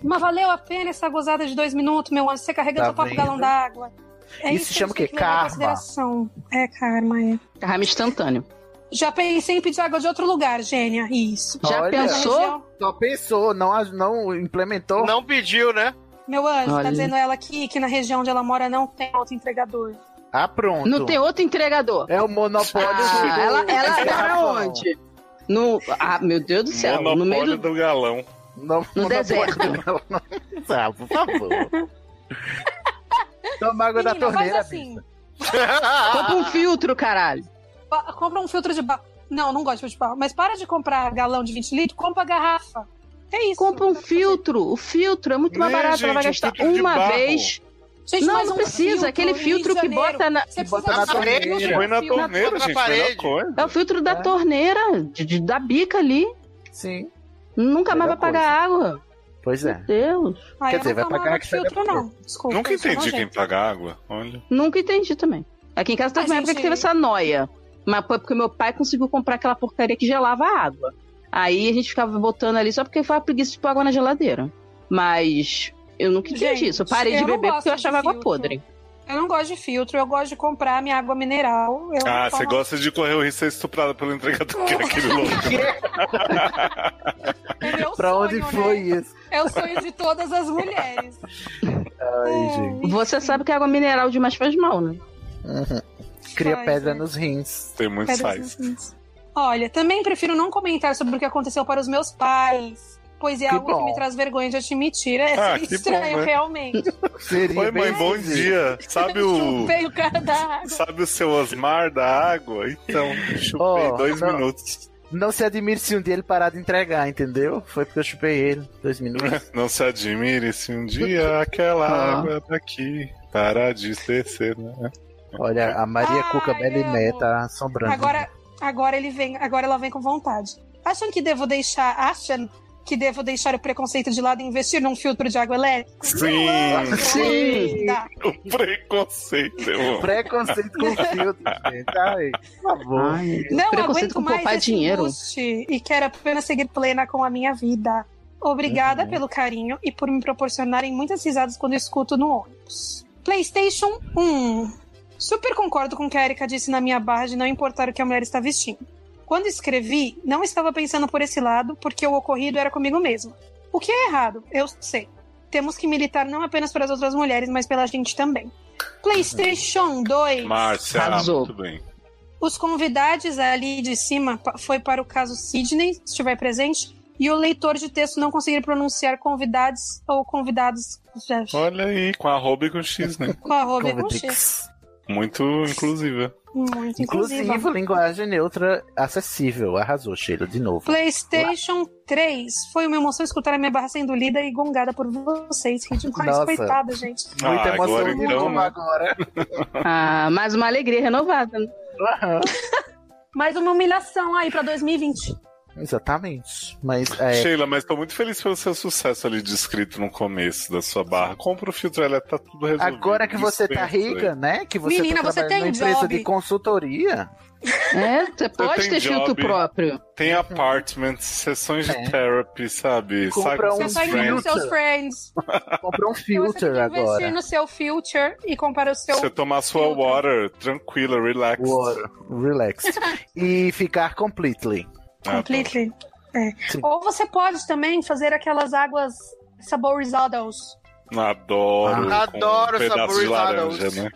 mas valeu a pena essa gozada de dois minutos, meu anjo. Você carregando
Tá
seu próprio
vendo?
galão da água. É
Isso
isso
chama o
que a gente
quê?
tem que levar em
Karma.
consideração. É, karma, é.
Carrame instantâneo.
Já pensei em pedir água de outro lugar, gênia. Isso.
Já
Olha.
Essa
pensou?
região-
Só pensou, não, as- não implementou.
Não pediu, né?
Meu anjo,
Olha.
tá dizendo ela aqui que na região onde ela mora não tem outro entregador.
Ah, pronto.
Não tem outro entregador.
É o monopólio.
Ah,
do-
ela ela
é
mora
garrafão.
onde? No, ah, meu Deus do céu, no meio
Monopólio
do
do galão.
No, monopólio
deserto.
do- Ah, por favor. Toma água da
Menina, faz
torneira.
assim.
Compra
Ah.
um filtro, caralho.
Ba- compra um filtro de barro. Não, não gosto de filtro de barro. Mas para de comprar galão de 20 litros, compra garrafa. É isso.
Compra um filtro. O filtro é muito mais
Né,
barato. Ela vai
gente, um
gastar
filtro de
uma
barro.
vez.
Gente,
Não,
mais
não
um
precisa. Aquele
Rio de
filtro que
Janeiro.
bota na.
Você
bota
precisa
na torneira.
de um
Põe na
filtro.
torneira,
na
gente. Melhor
parede.
coisa.
É o filtro da
É.
torneira, de, de- da bica ali.
Sim.
É
Nunca mais vai
Melhor
pagar água.
Pois é.
Meu Deus.
Ah,
Quer
eu
dizer,
não
vai
tomo
pagar
água
que
de
você
filtro,
deve-
não. Desculpa.
Nunca
isso é
entendi quem
nojento.
paga água. Olha.
Nunca entendi também. Aqui em casa teve
Mas,
uma época que
gente,
teve essa noia. Mas foi porque meu pai conseguiu comprar aquela porcaria que gelava a água. Aí a gente ficava botando ali só porque foi a preguiça de pôr água na geladeira. Mas eu nunca entendi
Gente,
isso. Eu parei de
eu não
beber porque
gosto
eu
de
achava água
filtro.
podre.
Eu não gosto de filtro, eu gosto de comprar minha água mineral. Eu
Ah,
não
você
tomo-
gosta de correr o risco de ser estuprada pelo entregador, que é aquele louco.
É meu
Pra onde
sonho,
foi
Né?
isso?
É o sonho de todas as mulheres.
Ai, gente.
Você sabe que a água mineral demais faz mal, né?
Cria
Faz,
pedra
né?
nos rins.
Tem muito
Pedras
sais.
nos rins. Olha, também prefiro não comentar sobre o que aconteceu para os meus pais, pois é
Que
algo que
bom.
me traz vergonha de admitir. É
Ah, que
estranho,
bom, né?
realmente.
Seria
Oi, mãe,
bem
bom
esquisito.
dia. Sabe o.
Chupei o cara da água.
Sabe o seu Osmar da água? Então, chupei
Oh,
dois
não.
minutos.
Não se admire se um dia ele parar de entregar, entendeu? Foi porque eu chupei ele. Dois minutos.
Não se admire se um dia aquela
Ah.
água daqui parar de descer, né?
Olha, a Maria
Ai,
Cuca Belimé
amo.
tá assombrando.
Agora, agora ele vem, agora ela vem com vontade. Acham que devo deixar, acham que devo deixar o preconceito de lado e investir num filtro de água elétrica?
Sim,
sim.
O preconceito. eu amo.
Preconceito com filtro, gente. Ai, por favor.
é.
Não
preconceito
aguento
com
mais
poupar
esse
dinheiro.
embuste e quero apenas seguir plena com a minha vida. Obrigada
Uhum.
pelo carinho e por me proporcionarem muitas risadas quando escuto no ônibus. PlayStation 1. Super concordo com o que a Erika disse na minha barra de não importar o que a mulher está vestindo. Quando escrevi, não estava pensando por esse lado, porque o ocorrido era comigo mesma. O que é errado? Eu sei. Temos que militar não apenas pelas outras mulheres, mas pela gente também. PlayStation 2.
Márcia,
Arrasou.
muito bem.
Os convidados ali de cima pa- foi para o caso Sidney, se estiver presente, e o leitor de texto não conseguir pronunciar convidados ou convidados já,
Olha aí, com arroba e com X, né?
com arroba e com X.
Convidix.
Muito inclusiva.
Muito inclusiva.
Inclusive, linguagem neutra acessível. Arrasou, Sheila, de novo.
PlayStation 3 foi uma emoção escutar a minha barra sendo lida e gongada por vocês. Que demais,
Nossa.
coitada, gente.
Muita
Ah,
emoção
agora
de
então,
novo
né?
agora.
Ah, mais uma alegria renovada. né?
Aham.
Mais uma humilhação aí pra 2020.
Exatamente. Mas é,
Sheila, mas tô muito feliz pelo seu sucesso ali descrito no começo da sua barra. Compra o filtro, ela tá tudo resolvido.
agora que você
Dispensa
tá rica, né? Que você
Menina,
tá
você
trabalhando
tem
numa empresa
job.
de consultoria.
É, você pode
tenho
ter filtro
job.
próprio.
Tem apartments, sessões de
É.
therapy, sabe?
Compra
Sai com
um
seus
Você
Só
sai
friends.
com
friends.
seus friends.
Comprou
Então
um
você tem
filter
que investir
agora.
no seu future e compara o seu.
Você tomar sua
filtro.
water, tranquila, relax.
Water. Relaxed. e ficar completely.
Ah,
Ah,
Completely. É.
Ah, tá. Sim.
Ou você pode também fazer aquelas águas saborizadas.
Adoro.
Ah.
com
Adoro
um pedaço de
saborizados.
laranja, né?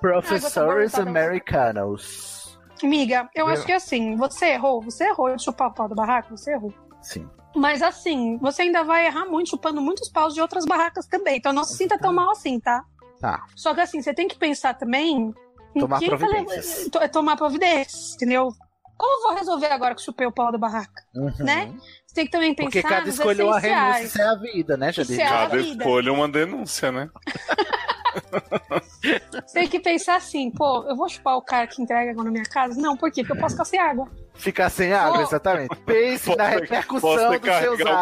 Professores
Ah, eu tô
Americanos.
Amiga, eu
Meu.
acho que assim, você errou, você errou de chupar o pau do barraco, você errou.
Sim.
Mas assim, você ainda vai errar muito chupando muitos paus de outras barracas também. Então não se sinta tão mal assim, tá?
Tá.
Só que assim, você tem que pensar também em
Tomar
quem tá
providências.
levando- to- é tomar providências, entendeu? Como eu vou resolver agora que eu chupei o pau da barraca?
Uhum.
Né? Você tem que também pensar
Porque cada
nos
escolheu a renúncia
essenciais.
isso é a vida, né, Jadine?
Isso é a
Cada
vida.
escolha é uma denúncia, né?
Você tem que pensar assim, pô, eu vou chupar o cara que entrega água na minha casa? Não, por quê? Porque eu posso ficar sem água.
Ficar sem água,
Vou-
exatamente. Pense na
Posso- Posso
repercussão
ter
dos seus
carregar o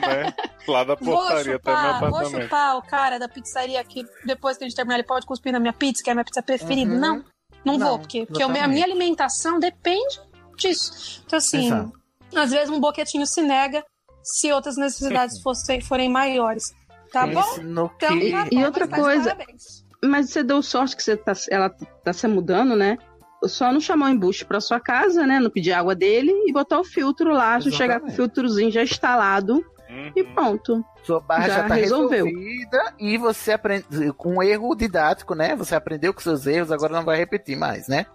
galão, né? Lá da
Vou
portaria até meu
chupar, vou
apartamento.
chupar o cara da pizzaria que depois que a gente terminar ele pode cuspir na minha pizza, que é a minha pizza preferida.
Uhum.
Não, não,
Não,
vou, porque, porque eu- a
exatamente.
minha alimentação depende disso. Então, assim,
Exato.
às vezes um boquetinho se nega se outras necessidades fossem, forem maiores. Tá bom?
Pense no
Então,
que...
tá bom,
e outra
mas tá de
coisa-
parabéns.
Mas você deu sorte que você tá, ela tá se mudando, né? Só não chamar o embuste pra sua casa, né? Não pedir água dele e botar o filtro lá, se chegar com o
Exatamente.
filtrozinho já instalado
Uhum.
e pronto.
Sua barra já,
Já
tá
resolveu.
resolvida e você aprende com um erro didático, né? Você aprendeu com seus erros, agora não vai repetir mais, né?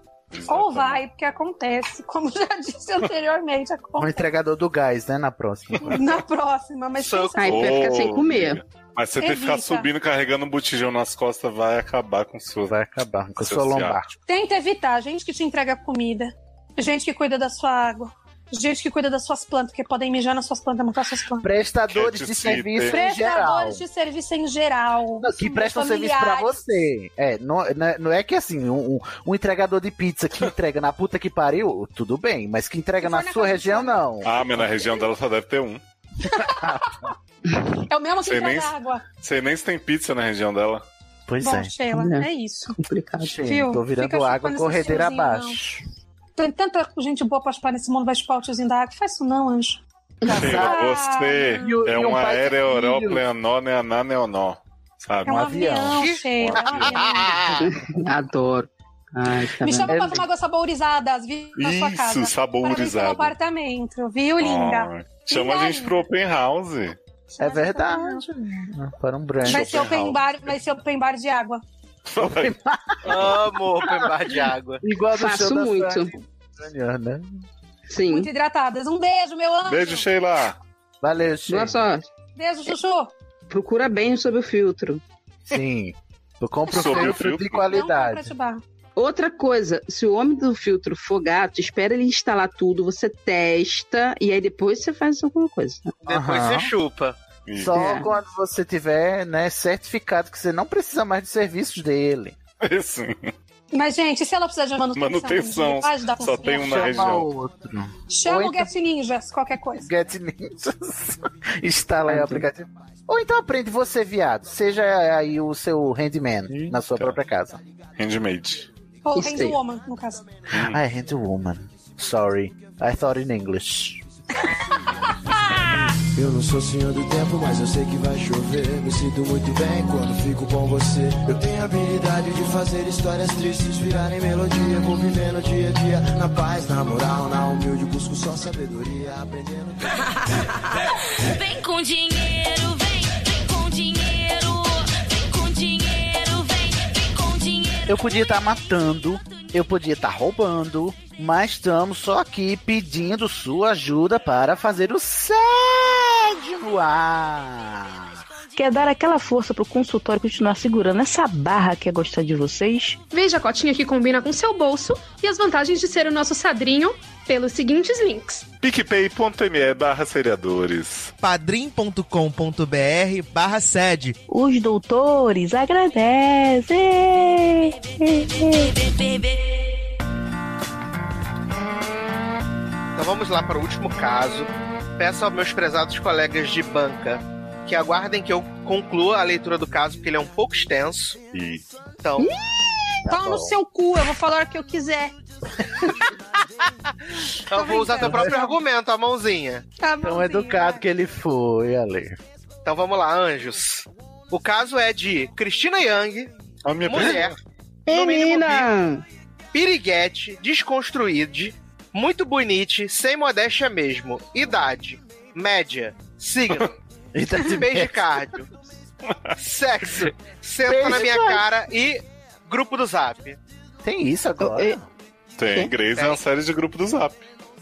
Ou vai, porque acontece, como já disse anteriormente,
O
acontece
Um entregador do gás, né? Na próxima.
na próxima, mas
Socorro.
pensa
Aí fica sem comer.
Mas você tem que ficar
Evita.
subindo, carregando um botijão nas costas, vai acabar com sua.
Vai acabar com a sua
Associado.
lombar.
Tenta evitar gente que te entrega comida, gente que cuida da sua água, gente que cuida das suas plantas, que podem mijar nas suas plantas, matar suas plantas.
Prestadores de
Cat
serviço em geral.
Prestadores de serviço em geral.
Não, que prestam serviço pra
familiares.
você. É, não, não é- não é que assim, um, um- um entregador de pizza que entrega na puta que pariu, tudo bem, mas que entrega
Se
na
for é na
sua
casa
região,
de
não.
Ah, mas na região dela só deve ter um.
É o mesmo que
Sei nem
entrega
se-
água.
Sei nem se tem pizza na região dela.
Pois
Bom,
é.
Sheila,
Não.
é isso.
Complicado.
Gente,
viu?
tô virando
Fica
água
chupando
corredeira
esse fiozinho,
abaixo.
Tem tanta gente boa pra chupar nesse mundo, vai chupar o tiozinho da água. Faz isso não, anjo.
Sheila,
Ah,
você
E o-
é
e um
um né,
pai de
aereorel,
filho.
pleanó, neaná, neonó. Sabe?
É um
Um
avião,
avião.
Sheila. é um
Ah,
avião.
Adoro. Ai, tá
Me
vendo?
chama pra tomar águas saborizadas, viu? Na sua casa.
Isso,
Parabéns pelo
saborizado.
um apartamento, viu, linda?
Ah, chama a
Linda,
gente
linda.
pro open house.
É verdade. Para um brand.
Vai ser
Schopenhauer.
open bar, vai ser open bar de água.
Amo open bar de água.
Igual do
Faço
show da
muito.
Fran, né?
Sim.
Muito hidratadas. Um beijo, meu anjo.
Beijo, Sheila.
Valeu, Sheila.
Boa sorte.
Beijo, Chuchu.
Procura bem sobre o filtro.
Sim. Eu compro
Sobre o
filtro de
filtro.
Não
qualidade.
compra bar.
Outra coisa, se o homem do filtro for gato, espera ele instalar tudo, você testa e aí depois você faz alguma coisa.
Depois
Aham.
você chupa.
Ih,
Só
É.
quando você tiver, né, certificado que você não precisa mais de serviços dele.
sim.
Mas, gente, e se ela precisar de manutenção?
Manutenção.
Pode dar
Só tem um na
conselho?
é.
região.
Chama
Ou
o Get Ninjas, qualquer coisa.
Get Ninjas. Instala aí o aplicativo. Ou então aprende você, viado. Seja aí o seu handman na sua própria casa.
Handmade.
Ou
Gostei.
Hand Woman, no caso.
I handwoman. Sorry. I thought in English.
Eu não sou senhor do tempo, mas eu sei que vai chover. Me sinto muito bem quando fico com você. Eu tenho a habilidade de fazer histórias tristes virarem melodia. Vou vivendo dia a dia, na paz, na moral, na humilde. Busco só sabedoria, aprendendo.
Vem com dinheiro, vem, vem com dinheiro, vem com dinheiro, vem, vem com dinheiro.
Eu podia estar matando, eu podia estar roubando, mas estamos só aqui pedindo sua ajuda para fazer o sede no ar.
Quer dar aquela força pro consultório continuar segurando essa barra que é gostar de vocês?
Veja a cotinha que combina com seu bolso e as vantagens de ser o nosso sadrinho pelos seguintes links.
PicPay.me barra seriadores.
padrim.com.br barra sede.
Os doutores agradecem.
Então vamos lá para o último caso. Peço aos meus prezados colegas de banca que aguardem que eu conclua a leitura do caso, porque ele é um pouco extenso.
E
Então,
Tá
Toma no seu cu, eu vou falar o que eu quiser.
eu então vou usar teu próprio argumento, a mãozinha.
Tá
Tão Então é educado que ele foi, Ale.
Então vamos lá, anjos. O caso é de Cristina Yang, mulher,
Menina!
piriguete, desconstruída, muito bonite, sem modéstia mesmo, idade, média, signo,
Idade
beijo
média.
cardio, sexo, senta
Beijo
na minha
cardio.
cara e grupo do zap.
Tem isso agora?
Tem Grace é uma série de grupo do Zap.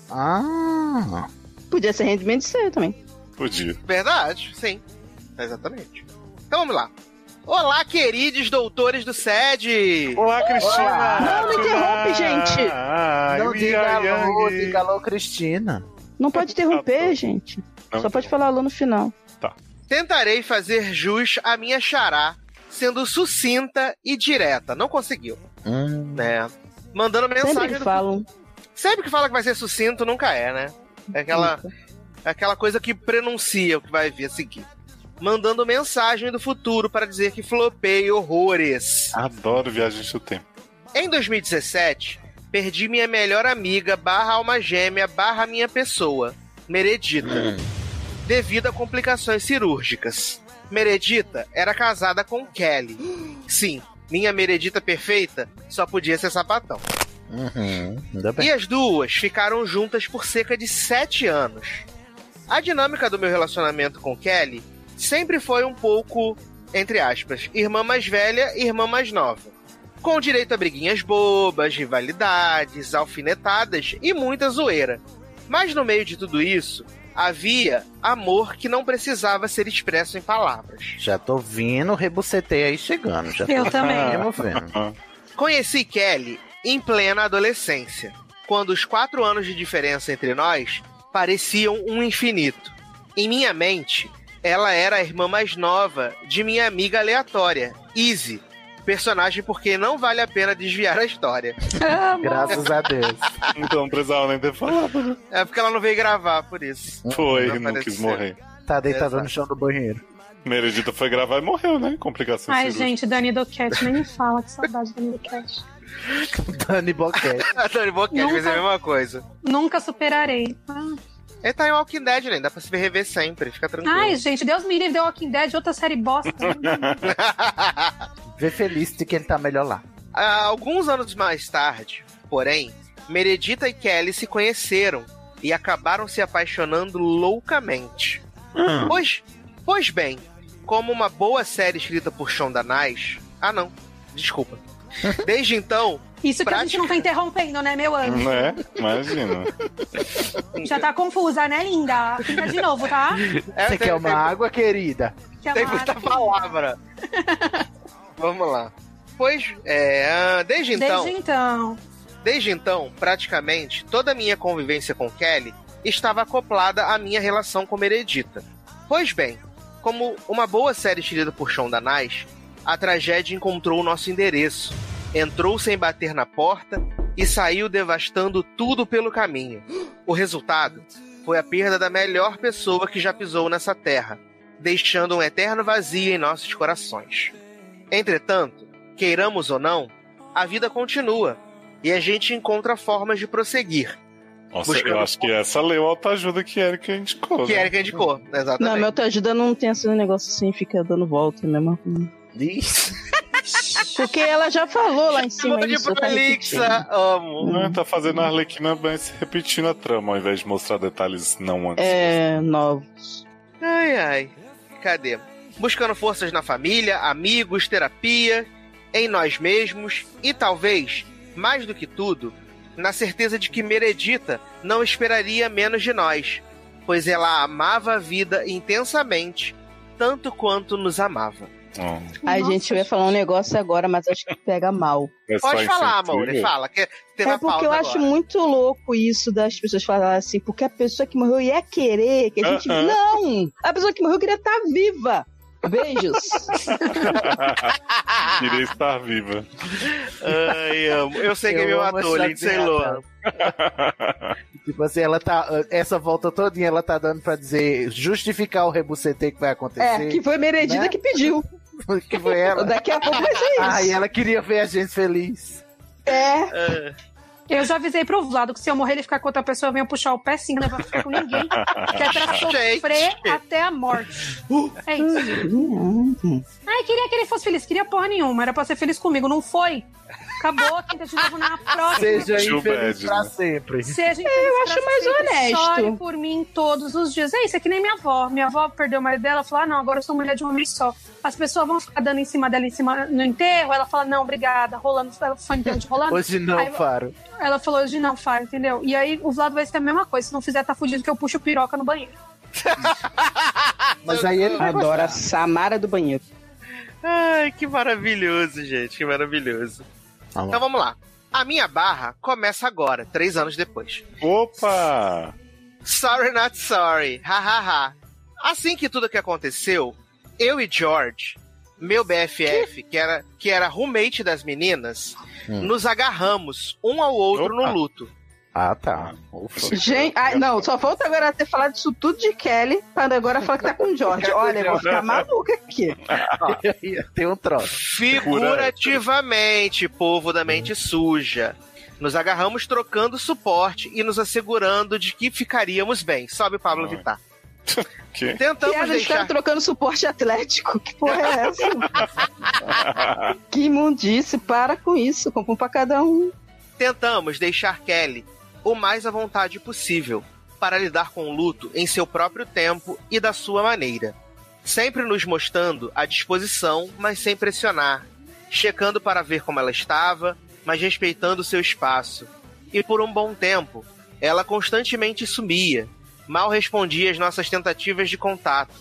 Ah.
Podia ser rendimento de ser também.
Podia.
Verdade, sim. Exatamente. Então vamos lá. Olá, queridos doutores do SED!
Olá,
Cristina! Não, não interrompe, gente!
Não diga alô, diga alô, Cristina.
Não pode interromper, gente.
Não,
Só pode falar lá no final.
Tentarei fazer jus à minha xará, sendo sucinta e direta. Não conseguiu. Né? Mandando mensagem.
Sempre que
no-
falam.
Sempre que fala que vai ser sucinto, nunca é, né? É aquela, é aquela coisa que prenuncia o que vai vir a seguir. Mandando mensagem do futuro para dizer que flopei horrores.
Adoro viagens do tempo.
Em 2017, perdi minha melhor amiga barra alma gêmea barra minha pessoa,
Uhum. Hum.
Meredita, devido a complicações cirúrgicas. Meredita era casada com Kelly. Sim, minha Meredita perfeita só podia ser sapatão.
Uhum, ainda bem.
E as duas ficaram juntas por cerca de sete anos. A dinâmica do meu relacionamento com Kelly sempre foi um pouco, entre aspas, irmã mais velha e irmã mais nova. Com direito a briguinhas bobas, rivalidades, alfinetadas e muita zoeira. Mas no meio de tudo isso, havia amor que não precisava ser expresso em palavras.
Já tô vindo, rebucetei aí chegando. Já
Eu
tô
também.
me movendo.
Conheci Kelly em plena adolescência, quando os quatro anos de diferença entre nós pareciam um infinito. Em minha mente, ela era a irmã mais nova de minha amiga aleatória, Izzy, personagem porque não vale a pena desviar a história. Tá
Graças a Deus.
Então não precisava nem ter falado. né?
É porque ela não veio gravar, por isso.
Foi, não,
apareceu.
quis morrer.
Tá deitado no chão do banheiro.
Meredita foi gravar e morreu, né? Complicação
Ai,
cirúrgica.
gente, Dani do Cat, nem me fala, que saudade da Dani do Cat.
Dani Boquete.
a Dani Boquete
Nunca-
fez é a mesma coisa.
Nunca superarei. Ah.
Ele tá em Walking Dead, né? Dá pra se rever sempre, fica tranquilo.
Ai, gente, Deus me livre, The Walking Dead, outra série bosta.
Vê feliz de que ele tá melhor lá.
Ah, Alguns anos mais tarde, porém, Meredita e Kelly se conheceram e acabaram se apaixonando loucamente.
Hum.
Pois, pois bem, como uma boa série escrita por Shonda Nais. Ah, não. Desculpa. Desde então.
Isso que a gente não tá interrompendo, né, meu anjo?
Né? Imagina.
Já tá confusa, né, linda? Fica de novo, tá?
É,
Você quer uma água, querida?
Quer
Tem
uma
muita
água?
palavra. Vamos lá. Pois, é, ah, desde então.
Desde então.
Desde então, praticamente toda a minha convivência com Kelly estava acoplada à minha relação com Meredita. Pois bem, como uma boa série escrita por Shonda Nais, a tragédia encontrou o nosso endereço. entrou sem bater na porta e saiu devastando tudo pelo caminho. O resultado foi a perda da melhor pessoa que já pisou nessa terra, deixando um eterno vazio em nossos corações. Entretanto, queiramos ou não, a vida continua e a gente encontra formas de prosseguir.
Nossa, eu
Buscando-
acho que essa leu a autoajuda que a Erika indicou.
Que
né?
a Erika indicou, exatamente.
Não, meu tá ajudando não tem esse negócio assim, fica dando volta, né, mano? Porque ela já falou lá em cima.
Chamou de
isso, tá
prolixa,
repetindo.
amo.
Não, tá fazendo a Arlequina bem se repetindo a trama, ao invés de mostrar detalhes não antes.
É, novos.
Ai, ai. Cadê? Buscando forças na família, amigos, terapia, em nós mesmos e talvez, mais do que tudo, na certeza de que Meredita não esperaria menos de nós, pois ela amava a vida intensamente, tanto quanto nos amava.
Ai, gente, eu ia falar um negócio agora, mas acho que pega mal.
é
Pode falar, Maure, fala. Que teve
é
a pausa
porque eu acho
agora.
muito louco isso das pessoas falarem assim, porque a pessoa que morreu ia querer que a gente.
Ah, ah.
Não! A pessoa que morreu queria estar viva! Beijos!
Queria estar viva.
Ai, amo. Eu sei é
Eu
quem me
amo
matou,
essa
Lindsay
piada.
Lohan.
Tipo assim, ela tá. Essa volta todinha ela tá dando pra dizer, justificar o rebucete que vai acontecer.
É, que foi Meredita
né?
que pediu.
que foi ela.
Daqui a pouco vai ser isso.
Ai, ela queria ver a gente feliz.
É.
Eu já avisei pro Vlado que se eu morrer ele ficar com outra pessoa, eu venho puxar o pé sim, não vai ficar com ninguém. Que é pra sofrer até a morte. É isso. Ai, queria que ele fosse feliz. Queria porra nenhuma. Era pra ser feliz comigo. Não foi. Acabou. Tenta de novo na próxima.
Seja
Too
infeliz
bad,
pra
né?
sempre.
Seja
Eu
infeliz
acho
pra
mais
sempre.
honesto.
Chore por mim todos os dias. É isso, é que nem minha avó. Minha avó perdeu o marido dela, ela falou: ah, não, agora eu sou mulher de um homem só. As pessoas vão ficar dando em cima dela em cima no enterro. Ela fala: não, obrigada, rolando, ela fangueira de rolando.
Hoje não,
Aí-
Faro.
Ela falou: hoje não, faz, entendeu? E aí o Vlado vai ser a mesma coisa. Se não fizer, tá fudido que eu puxo piroca no banheiro.
Mas aí ele adora a Samara do banheiro.
Ai, que maravilhoso, gente, que maravilhoso.
Vamos
então vamos lá. A minha barra começa agora, três anos depois.
Opa!
Sorry not sorry, hahaha. assim que tudo que aconteceu, eu e George, meu BFF, que, era, que era roommate das meninas,
Hum.
nos agarramos um ao outro
Opa.
no luto.
Ah, tá. Ufa.
Gente, ai, não, só falta agora ter falado isso tudo de Kelly para agora falar que tá com o George. Olha, eu vou ficar maluca aqui.
Tem um troço.
Figurativamente, povo da mente suja. Nos agarramos trocando suporte e nos assegurando de que ficaríamos bem. Sobe Pablo Vittar.
Que?
Tentamos
e a gente tá
deixar.
trocando suporte atlético. Que porra é essa? que imundice, para com isso. Compra um pra cada um.
Tentamos deixar Kelly o mais à vontade possível para lidar com o luto em seu próprio tempo e da sua maneira. Sempre nos mostrando à disposição, mas sem pressionar. Checando para ver como ela estava, mas respeitando seu espaço. E por um bom tempo, ela constantemente sumia, mal respondia às nossas tentativas de contato.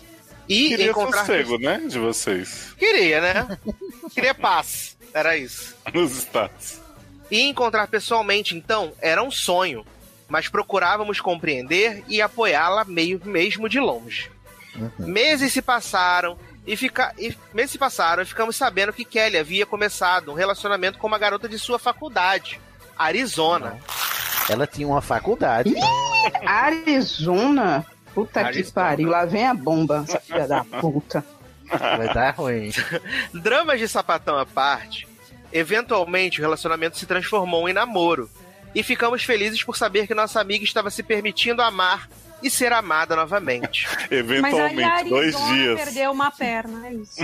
E
Queria
encontrar.
sossego, né? De vocês.
Queria, né? Queria paz. Era isso.
Nos status.
E encontrar pessoalmente, então, era um sonho, mas procurávamos compreender e apoiá-la meio mesmo de longe. Meses se passaram e, fica... e meses se passaram e ficamos sabendo que Kelly havia começado um relacionamento com uma garota de sua faculdade, Arizona.
Ela tinha uma faculdade.
Arizona? Puta que
Arizona.
pariu. Lá vem a bomba, essa filha da puta.
Vai dar ruim.
Dramas de sapatão à parte, eventualmente o relacionamento se transformou em namoro. E ficamos felizes por saber que nossa amiga estava se permitindo amar e ser amada novamente.
Mas aí a
Eventualmente, dois
Arizona
dias.
perdeu uma perna. É isso.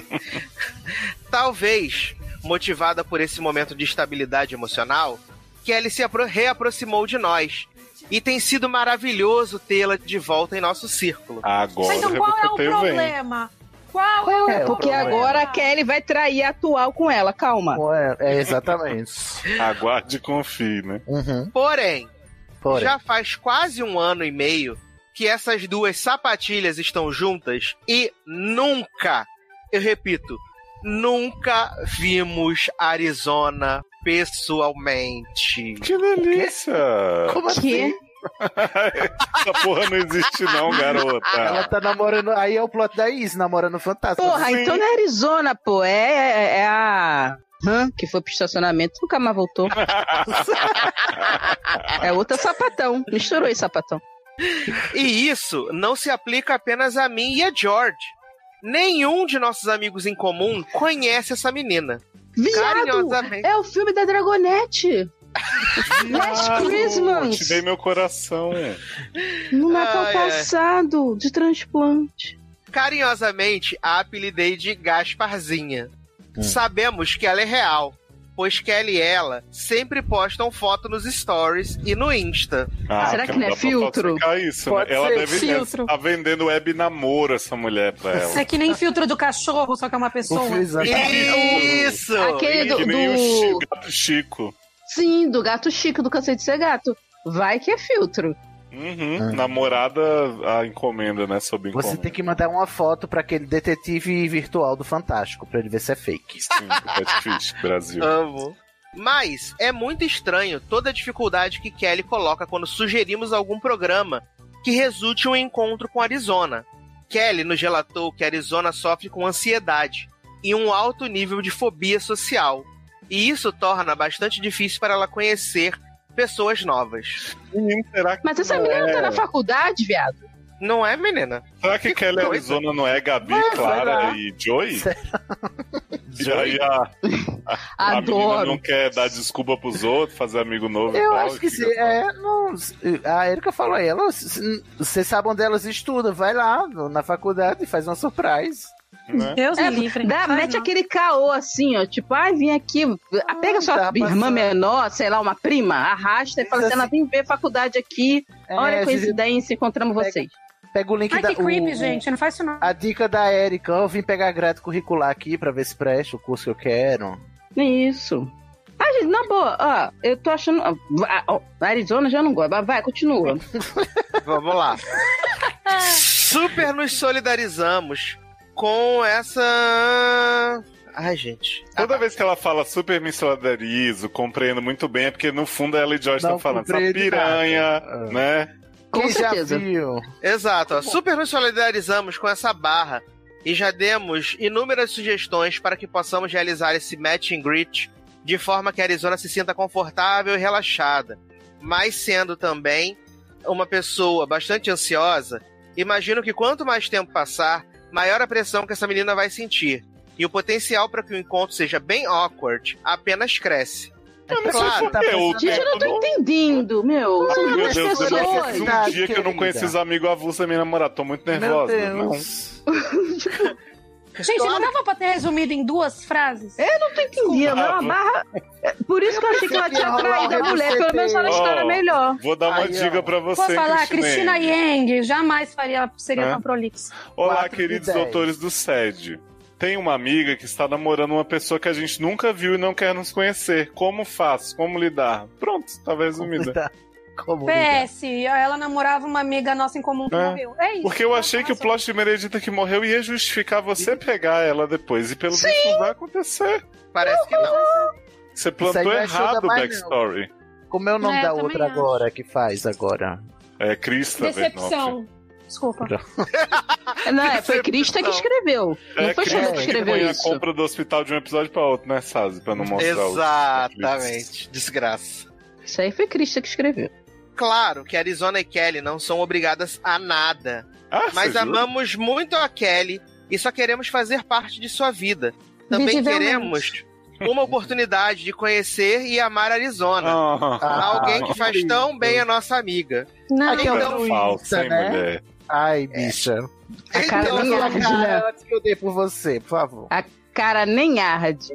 Talvez, motivada por esse momento de estabilidade emocional, Kelly se apro- reaproximou de nós. E tem sido maravilhoso tê-la de volta em nosso círculo.
Agora
Mas então qual é o problema? Qual, é o
É, porque
problema?
agora a Kelly vai trair a atual com ela, calma.
É, exatamente. Uhum.
Aguarde e confie, né?
Porém,
Porém.
já faz quase um ano e meio que essas duas sapatilhas estão juntas e nunca, eu repito, nunca vimos Arizona pessoalmente.
Que delícia!
Como assim?
Essa porra não existe, não,
Ela
garota.
tá namorando. Aí é o plot da Is, namorando fantasma.
Porra,
Sim.
então não é Arizona, pô. É, é, é a. Hã? que foi pro estacionamento, nunca mais voltou. é outra sapatão. Misturou esse sapatão.
E isso não se aplica apenas a mim e a George. Nenhum de nossos amigos em comum conhece essa menina.
Viado!
Carinhosamente.
É o filme da Dragonete. Last
Ah,
Christmas.
eu Te dei meu coração.
No Natal
Ah, é.
Ai, ai.
passado, de transplante.
Carinhosamente, a apelidei de Gasparzinha. Sabemos que ela é real, pois Kelly e ela sempre postam foto nos stories e no Insta.
Ah, cara, dá pra falsificar Isso, né?
Pode
Ela
ser.
deve
Filtro.
tá vendendo web namoro essa mulher pra ela.
É que nem filtro do cachorro, só que é uma pessoa.
Tá
Isso!
Aquele do-
que nem o
do-
Chi- gato Chico.
Sim, do gato chico, do cansei de ser gato. Vai que é filtro.
Uhum, Namorada a encomenda, né? Sob
É. Você
encomenda.
tem que mandar uma foto pra aquele detetive virtual do Fantástico, pra ele ver se é fake.
É difícil, Brasil.
Amo. Mas é muito estranho toda a dificuldade que Kelly coloca quando sugerimos algum programa que resulte em um encontro com Arizona. Kelly nos relatou que Arizona sofre com ansiedade e um alto nível de fobia social, e isso torna bastante difícil para ela conhecer pessoas novas.
Mas essa menina
é.
não tá na faculdade, viado.
Não é, menina?
Será que Kelly
coisa.
Arizona não é Gabi,
Mas
Clara
será?
e Joey? E aí a, a, a
Adoro.
menina não quer dar desculpa pros outros, fazer amigo novo e
Eu
tal,
acho que
e
se,
tá.
fica-
é, não, a Erika falou aí, ela, vocês sabem onde elas estudam, vai lá no- na faculdade e faz uma surprise.
né?
É, dá- mete aquele caô assim, ó. Tipo, ai, vim aqui. ah, pega sua
tá
irmã
passando.
menor, sei lá, uma prima, arrasta e fala assim: ela vem ver faculdade aqui.
É,
Olha a
gente,
coincidência, encontramos
pega-
vocês.
Pega o link
Ai,
da...
que creepy,
o-
gente,
não faz isso não.
A dica da Erika, eu vim pegar a grade curricular aqui pra ver se presta o curso que eu quero.
É Isso. Ah, gente, na boa, ó, eu tô achando. ó, a- ó, Arizona já não gosta, mas vai, continua.
Vamos lá.
Ah,
Super nos solidarizamos com essa. Ai, gente.
Toda vez que ela fala super me solidarizo, compreendo muito bem, é porque no fundo ela e Joyce
Não
estão tá falando essa
compreendo
piranha, né?
Quem já viu? Exato. ó. Super nos solidarizamos com essa barra e já demos inúmeras sugestões para que possamos realizar esse match and greet de forma que a Arizona se sinta confortável e relaxada. Mas sendo também uma pessoa bastante ansiosa, imagino que quanto mais tempo passar, maior a pressão que essa menina vai sentir. E o potencial para que o encontro seja bem awkward apenas cresce. É
Eu
não sei por
Tá
quê, É, o
Gente, eu não tô Tá entendendo, meu.
Ai,
São
meu
duas
Deus,
pessoas.
demorou um dia que eu não conheci os amigos avulsos da minha namorada. Tô muito nervosa. né?
Deus.
Gente, não dava pra ter resumido em duas frases?
Eu não tô Tá entendendo.
é uma barra-
Por isso que eu achei que ela tinha atraído a mulher. Pelo menos ela história
Ó,
melhor.
Vou dar uma
Aí, ó.
diga pra você,
Posso falar,
Cristina.
Cristina Yang jamais faria, seria
Hã?
tão prolixa.
Olá,
Quatro de
queridos
dez.
doutores do SED. Tem uma amiga que está namorando uma pessoa que a gente nunca viu e não quer nos conhecer. Como faço? Como lidar? Pronto, tava resumida.
Como
PS, ela namorava uma amiga nossa em comum que
É.
morreu. É isso.
Porque eu achei que o plot de Meredita que morreu ia justificar você pegar ela depois. E pelo
Sim.
visto não vai acontecer.
Parece que não.
Você
Isso aí
plantou
não é show
errado
da
o
Marvel.
backstory.
Como é o nome
É,
da
eu também
outra agora que faz agora?
É Crista
Decepção. Desculpa.
Não, é, foi Crista que escreveu. Não
É
foi Xarope
Crista
que
que põe
escreveu
a
isso.
compra do hospital de um episódio pra outro, né, Sazi? Pra não mostrar o-
Exatamente. Desgraça.
Isso aí foi Crista que escreveu.
Claro que Arizona e Kelly não são obrigadas a nada. mas
Ah,
você jura?
amamos muito a Kelly e só queremos fazer parte de sua vida. Também
Visivelmente.
queremos uma oportunidade de conhecer e amar Arizona.
Ah,
alguém que faz tão bem a nossa amiga.
Não,
Aqui é
Então-
o
Falsa, hein,
né?
mulher?
Ai, bicha.
A
cara nem arde, né?
Ela te odeia por você, por favor.
A cara nem arde.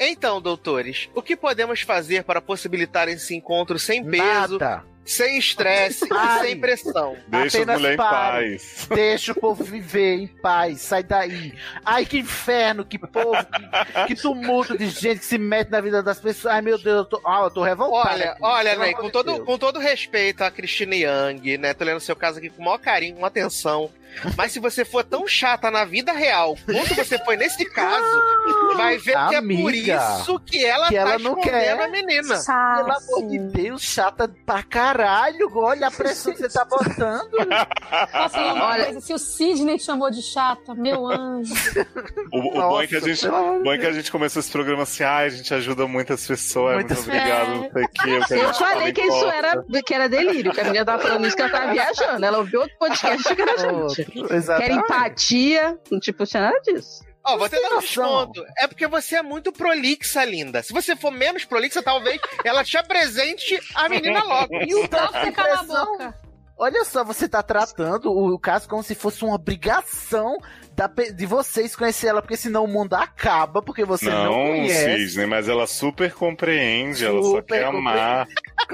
Então, doutores, o que podemos fazer para possibilitar esse encontro sem peso,
Uhum. Nada.
sem estresse e
Pare.
sem pressão?
Deixa as
Apenas
mulheres em
pare.
paz.
Deixa o povo viver em paz, sai daí. Ai, que inferno, que povo, que, que tumulto de gente que se mete na vida das pessoas. Ai, meu Deus, eu tô, ah, eu tô revoltado.
Olha,
aqui,
olha,
pelo
Ney,
amor
com
de
todo,
Deus.
com todo respeito a Cristina Yang, né? Tô lendo seu caso aqui com o maior carinho, com atenção. Mas se você for tão chata na vida real quanto você foi nesse caso, vai ver que é
Amiga,
por isso que ela
que
tá
ela não
escondendo
quer.
a menina.
Pelo amor de Deus, chata pra caralho. Olha a pressão que você tá botando.
Posso falar uma coisa? Se o Sidney te chamou de chata, meu anjo.
O, o bom, é que a gente, o bom é que a gente começou esse programa assim, ai, a gente ajuda muitas pessoas,
Muitas
muito obrigado,
pessoas.
não sei o que. o que a
Eu
gente
falei
fala
que é isso
importa.
era, que era delírio, que a menina tava falando isso, que ela tava viajando. Ela ouviu outro podcast que era gente. Quer
exatamente.
empatia, tipo, não tinha nada disso.
Ó, vou até dar um desconto. É porque você é muito prolixa, linda. Se você for menos prolixa, talvez ela te apresente a menina logo.
E o Tá, você cala a boca. Olha só, você tá tratando o, o caso como se fosse uma obrigação da pe- de vocês conhecer ela, porque senão o mundo acaba, porque você não,
Não,
conhece.
Cisne, mas ela super compreende, ela só
Super
quer amar.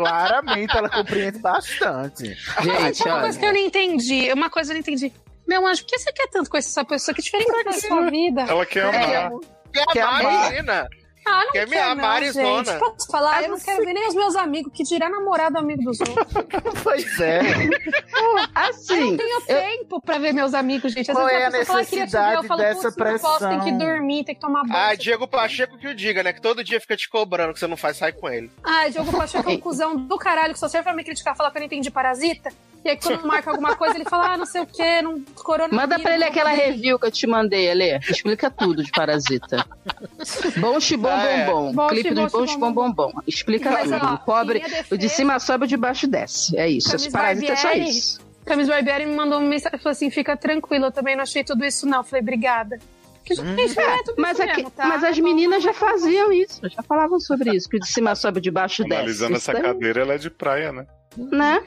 Claramente ela compreende bastante.
Gente, uma coisa que eu não entendi. Uma coisa eu não entendi. Meu anjo, por que você quer tanto com essa pessoa? Que diferença da sua vida?
Ela quer
É,
amar.
Quer,
é
Quer
amar,
amar.
é menina.
Ah, não
Quer
quero,
me amar,
não,
Arizona?
gente. Posso falar? eu não quero ver nem os meus amigos, que dirá namorado amigo dos outros.
Pois é.
eu
Assim,
não tenho
eu-
tempo pra ver meus amigos, gente. Às
Qual
vezes
é a
pessoa fala, "Queria te ver", eu falo,
necessidade
"Putz,
dessa
não posso, Tem que
pressão?
dormir, tem que tomar banho.
Ah, Diego Pacheco que o diga, né? Que todo dia fica te cobrando que você não faz, sai com ele.
Ah, Diogo Pacheco é um cuzão do caralho que só serve pra me criticar, falar que eu não entendi parasita. E aí quando marca alguma coisa, ele fala, ah, não sei o quê, não coronavírus.
Manda pra ele aquela review que eu te mandei, Alê. Explica tudo de Parasita. Bom chibom
Ah, é.
bom bom.
Bom,
Clipe
chibom,
do bom chibom bom bom. Explica
Mas,
tudo.
ó,
o pobre,
minha defesa-
o de cima sobe, o de baixo desce. É isso. Esse
Camis
Parasita é só
Barbieri-
isso.
Camis Barbieri me mandou uma mensagem, falou assim, fica tranquila, eu também não achei tudo isso não. Eu Falei, obrigada. Que, gente, não é tudo
Hum. Mas,
isso
aqui-
mesmo, tá?
mas é, as meninas já faziam isso, já falavam sobre isso, que o de cima sobe, o de baixo desce.
Analisando
Isso
essa
daí-
cadeira, ela é de praia, né?
né?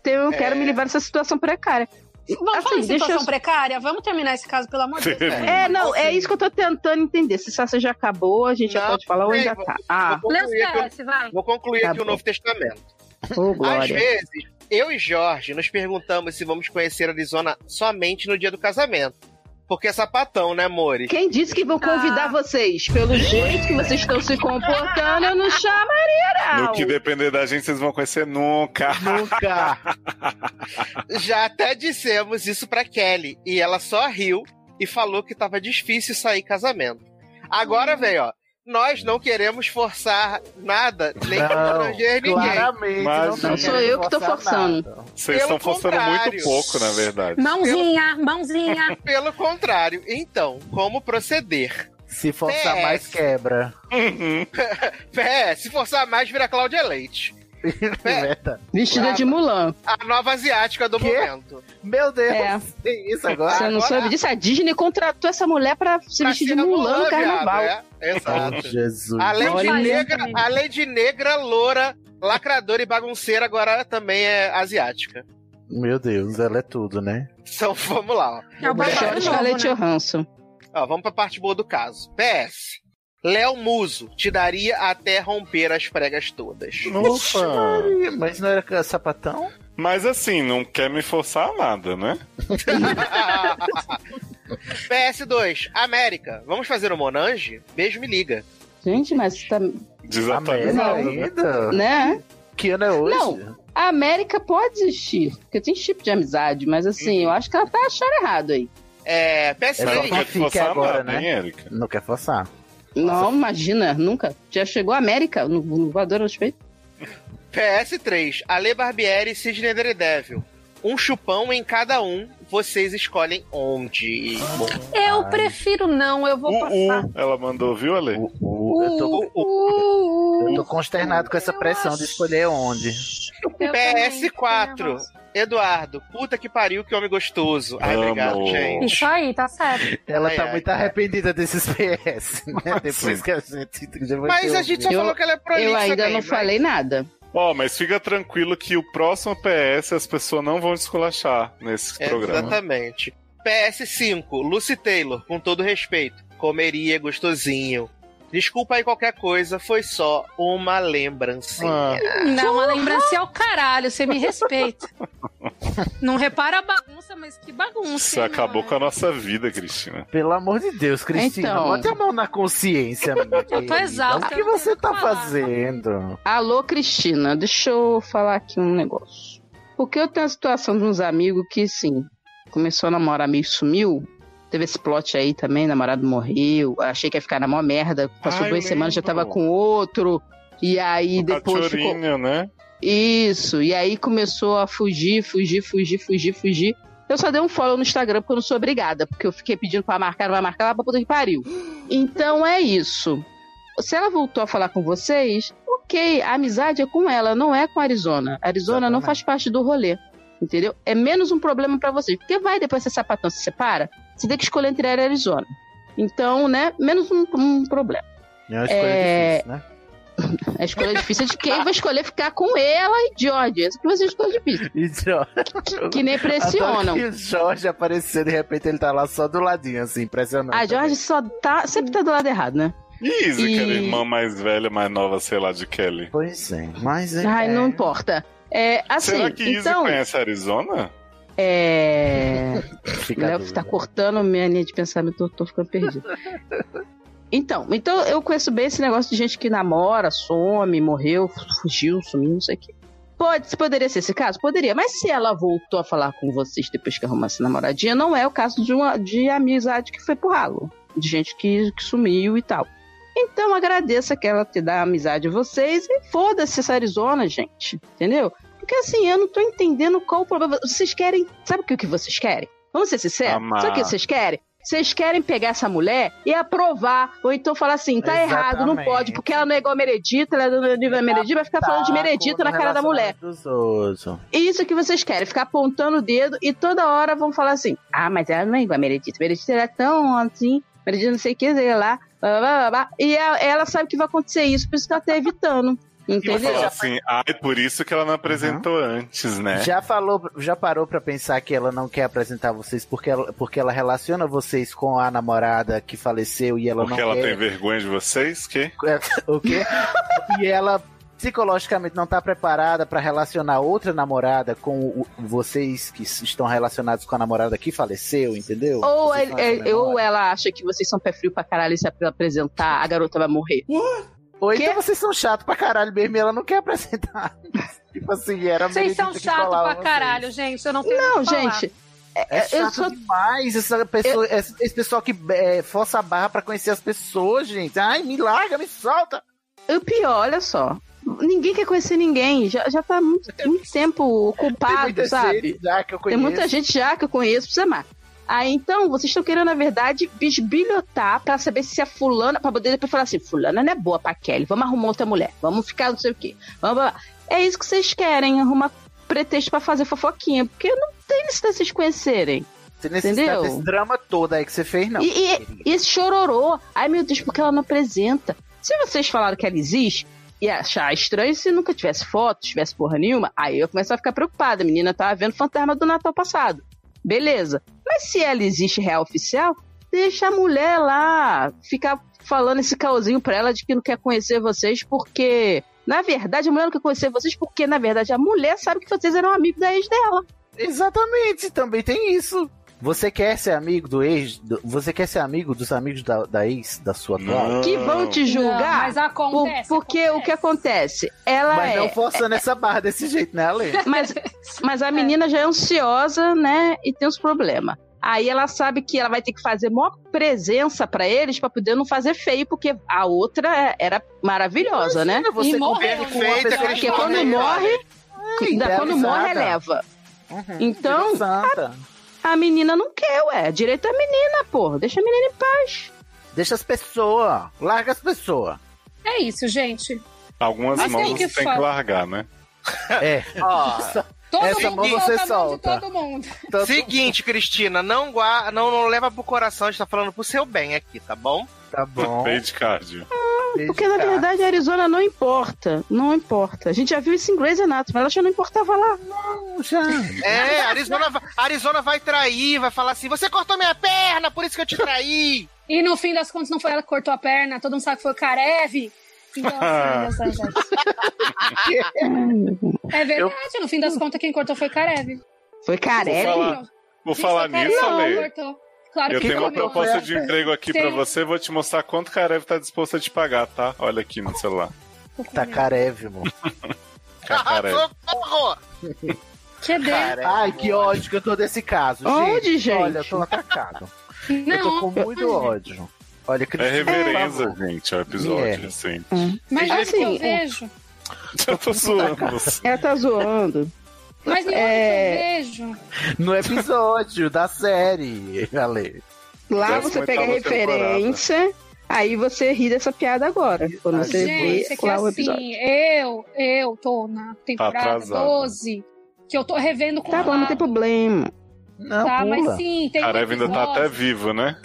Então, eu
É.
quero me livrar dessa situação precária.
Vamos falar em
Assim, deixa
situação precária? Vamos terminar esse caso, pelo amor de Deus. né?
É, não,
Assim.
é isso que eu tô tentando entender. Se essa já acabou, a gente já pode falar ou
Ei,
ainda
vou-
tá. Ah,
vou concluir aqui o- Vou concluir
Tá
aqui o
bom.
Novo Testamento.
ô,
Às
Glória.
vezes, eu e Jorge nos perguntamos se vamos conhecer a Arizona somente no dia do casamento. Porque é sapatão, né, Mori?
Quem disse que vou
Ah.
convidar vocês? Pelo jeito que vocês estão se comportando, eu não chamaria, não.
No que depender da gente, vocês vão conhecer nunca.
Nunca.
Já até dissemos isso pra Kelly. E ela só riu e falou que tava difícil sair casamento.
Hum.
Agora, velho, ó. Nós não queremos forçar nada, nem
Não,
constranger ninguém.
claramente
Mas- não sou eu que tô
forçando.
Vocês
Pelo
estão forçando
contrário.
muito pouco, na verdade.
Mãozinha, mãozinha.
Pelo contrário. Então, como proceder?
Se forçar mais, quebra.
PS, se forçar mais, vira Cláudia Leite.
Meta.
Vestida de Mulan.
A nova asiática do momento.
Meu Deus,
É.
tem isso agora?
Você não
Agora-
soube disso? A Disney contratou essa mulher pra
Tá
se vestir de Mulan no carnaval.
Tá viado, é. Exato.
Oh, Jesus.
A Lady,
Olha.
negra, a Lady Negra, loura, lacradora e bagunceira agora também é asiática.
Meu Deus, ela é tudo, né?
Então vamos lá. Ó.
Jorge Scarlett
né?
Johansson.
Ó, vamos pra parte boa do caso. PS. Léo Muso te daria até romper as pregas todas.
Opa. Maria, Mas não era sapatão?
Mas assim, não quer me forçar a nada, né?
PS2, América, vamos fazer o Monange? Beijo, me liga.
Gente, mas tá.
Desatualizado. né?
ainda?
Né?
Que ano é hoje?
Não, a América pode existir, porque tem esse tipo de amizade, mas assim, eu acho que ela tá achando errado aí.
É,
Ela
PS3,
só fica agora, né?
Erika?
Não quer forçar.
Não, imagina, nunca. Já chegou a América no, no voador aos peitos?
PS3, Ale Barbieri e Sidney Daredevil. Um chupão em cada um, vocês escolhem onde.
Eu prefiro não, eu vou passar.
Ela mandou, viu, Ale?
Uh,
Uh,
eu tô- um
Uh,
Eu tô consternado com essa pressão de escolher onde.
um
PS4, Eduardo, puta que pariu, que homem gostoso. Ai,
Amo.
obrigado, gente.
Isso aí, tá certo.
Ela
Ai,
tá
ai,
muito
ai.
arrependida desses PS, né? Depois
Sim.
que a gente. já vai
Mas
ter
a gente só
ouvido.
falou que ela é prolixa.
eu ainda
né?
não
Mas-
falei nada.
Ó, mas fica tranquilo que o próximo PS as pessoas não vão descolachar nesse programa.
Exatamente. PS5, Lucy Taylor, com todo respeito, comeria gostosinho. Desculpa aí qualquer coisa, foi só uma lembrancinha.
Ah.
Não, a lembrança é o caralho, você me respeita. Não repara a bagunça, mas que bagunça.
Você
hein?
acabou com a nossa vida, Cristina.
Pelo amor de Deus, Cristina,
Então.
bote a mão na consciência, minha
Eu tô
querida.
exausta.
O que você tá fazendo?
Alô, Cristina, deixa eu falar aqui um negócio. Porque eu tenho a situação de uns amigos que, sim, começou a namorar meio sumiu. Teve esse plot aí também, namorado morreu. Achei que ia ficar na mó merda. Passou
Ah, eu
duas semanas, já
lembro.
tava com outro. E aí
O
depois ficou...
cachorrinho, né?
Isso, e aí começou a fugir, fugir, fugir, fugir, fugir. Eu só dei um follow no Instagram porque eu não sou obrigada, porque eu fiquei pedindo pra marcar, vai marcar lá pra puta que pariu. Então é isso. Se ela voltou a falar com vocês, ok, a amizade é com ela, não é com a Arizona. A Arizona não faz parte do rolê, entendeu? É menos um problema pra vocês, porque vai depois que esse sapatão se separa, você tem que escolher entre ela e a Arizona. Então, né, menos um, um problema.
É uma escolha
É,
difícil, né?
A escolha difícil é de quem vai escolher ficar com ela e George. Essa que vai ser a escolha difícil.
E George.
Que nem pressionam.
E o Jorge apareceu, de repente ele tá lá só do ladinho, assim, impressionante.
A George Ah, só tá. Sempre tá do lado errado, né?
Isso, que era a
E-
irmã mais velha, mais nova, sei lá, de Kelly.
Pois é, mas
Ai, não importa. É, assim,
Será que Izzy
então.
conhece a Arizona?
É.
Fica a
Léo
dúvida.
está cortando minha linha de pensamento, eu tô ficando perdido. Então, então eu conheço bem esse negócio de gente que namora, some, morreu, fugiu, sumiu, não sei o quê. Pode, poderia ser esse caso? Poderia. Mas se ela voltou a falar com vocês depois que arrumou essa namoradinha, não é o caso de uma de amizade que foi pro ralo. De gente que, que sumiu e tal. Então agradeça que ela te dá amizade a vocês e foda-se essa Arizona, gente. Entendeu? Porque assim, eu não tô entendendo qual o problema. Vocês querem. Sabe o que, que vocês querem? Vamos ser sinceros?
Amar.
Sabe o que vocês querem? Vocês querem pegar essa mulher e aprovar, ou então falar assim, tá errado, não
Exatamente.
pode, porque ela não é igual a Meredita, ela é do nível da Meredita, vai ficar tá falando de Meredita na cara da mulher.
Ah, Dos outros.
Isso que vocês querem, ficar apontando o dedo e toda hora vão falar assim: ah, mas ela não é igual a Meredith. Meredith ela é tão assim, Meredith não sei o que, sei lá, blá, blá, blá, blá. E ela, ela sabe que vai acontecer isso, por isso que ela tá evitando.
Vai
Entendeu?
falar assim, ah, é por isso que ela não apresentou antes, né?
Já falou, já parou pra pensar que ela não quer apresentar vocês porque ela, porque ela relaciona vocês com a namorada que faleceu e ela
Porque
não
ela
quer.
tem vergonha de vocês? Que?
o quê? e ela psicologicamente não tá preparada pra relacionar outra namorada com o- vocês que s- estão relacionados com a namorada que faleceu, entendeu?
Ou,
Vocês
ele-
são essa
ele- ou ela acha que vocês são pé frio pra caralho e se ela apresentar, a garota vai morrer.
Ou
é?
então vocês são chatos pra caralho mesmo e ela não quer apresentar. tipo assim, era a
Vocês são
Benedita que
chatos
colava
pra
vocês.
caralho, gente. Eu não tenho
Não,
o que falar.
gente.
É chato demais essa pessoa, esse, esse pessoal que é, força a barra pra conhecer as pessoas, gente. Ai, me larga, me solta.
O pior, olha só. Ninguém quer conhecer ninguém. Já, já tá muito, muito tempo
Tem
ocupado,
muita
sabe?
gente já que eu
Tem
conheço.
muita gente já que eu conheço, precisa amar. Aí então, vocês estão querendo, na verdade, bisbilhotar pra saber se a fulana, pra poder depois falar assim, fulana não é boa pra Kelly, vamos arrumar outra mulher, vamos ficar não sei o quê. Vamos, blá, blá. É isso que vocês querem, arrumar pretexto pra fazer fofoquinha, porque não tem necessidade de vocês conhecerem.
Você necessita
Entendeu?
desse drama todo aí que você fez, não.
E, e- e esse chororô, ai meu Deus, porque ela não apresenta. Se vocês falaram que ela existe e achar estranho se nunca tivesse foto, tivesse porra nenhuma, aí eu começo a ficar preocupada. A menina tava vendo fantasma do Natal passado. Beleza. Mas se ela existe real oficial, deixa a mulher lá ficar falando esse caosinho pra ela de que não quer conhecer vocês porque. Na verdade, a mulher não quer conhecer vocês porque, na verdade, a mulher sabe que vocês eram amigos da ex dela.
Exatamente, também tem isso. Você quer ser amigo do ex? do- você quer ser amigo dos amigos da, da ex, da sua atual?
que vão te julgar.
mas acontece,
por- porque o que acontece? Ela
Mas
é,
não forçando essa barra desse jeito, né, Ale?
Mas, mas a menina já é ansiosa, né? E tem os problemas. Aí ela sabe que ela vai ter que fazer maior presença pra eles pra poder não fazer feio, porque a outra era maravilhosa,
Imagina,
né?
você E morreu, convive com uma né? pessoa que
Porque
não
quando
é
morre,
É, Uhum.
ainda quando morre,
idealizada.
eleva. então,
a,
a menina não quer, ué. Direito à menina, pô. Deixa a menina em paz.
Deixa as pessoas. Larga as pessoas.
É isso, gente.
Algumas
Mas
mãos
tem que
você tem
fa-
que largar, né?
É.
Todo
Essa
mundo
mão você
solta a mão de
solta.
todo mundo.
Seguinte, Cristina, não, guarda, não, não leva pro coração, a gente tá falando pro seu bem aqui, tá bom?
Tá bom.
Page card.
Porque na verdade a Arizona não importa. Não importa. A gente já viu isso em Grey's Anatomy, ela já não importava lá.
Não, Tá. já.
É, Arizona, vai- Arizona vai trair, vai falar assim: você cortou minha perna, por isso que eu te traí.
E no fim das contas, não foi ela que cortou a perna, todo mundo sabe que foi o Karev. Então, assim,
é
meu Deus, gente. é verdade, no fim das contas, quem cortou foi o Karev.
Foi Carelli?
Vou falar, vou falar
Foi o Karev
nisso,
que
Ale.
cortou. Claro
eu
que
tenho uma
cortou.
proposta de emprego aqui
Tem.
pra você, vou te mostrar quanto Karev tá disposto a te pagar, tá? Olha aqui no celular. É,
Tá carévimo.
Cacarev.
Socorro!
Que
Cara, Ai, que ódio que eu tô desse caso.
Onde, gente?
Olha, eu tô atacado. eu tô com muito ódio. Olha,
É
Cristina,
reverência,
por favor.
gente, é o episódio
É.
recente.
Mas
Vocês
assim, eu
verem como-
vejo.
Eu tô zoando você.
Ela tá zoando.
Mas não
É.
é... que eu vejo.
No episódio da série, Ale.
Lá
Décima
você pega a
oitava
referência, aí você ri dessa piada agora. Quando você
Gente,
vê
é que
lá o episódio.
assim, eu, eu tô
Tá
na temporada
atrasada.
12, que eu tô revendo com
Tá bom, não tem problema.
Não,
Tá, mas pula. sim, tem
Cara, ainda tá
episódio.
até vivo, né?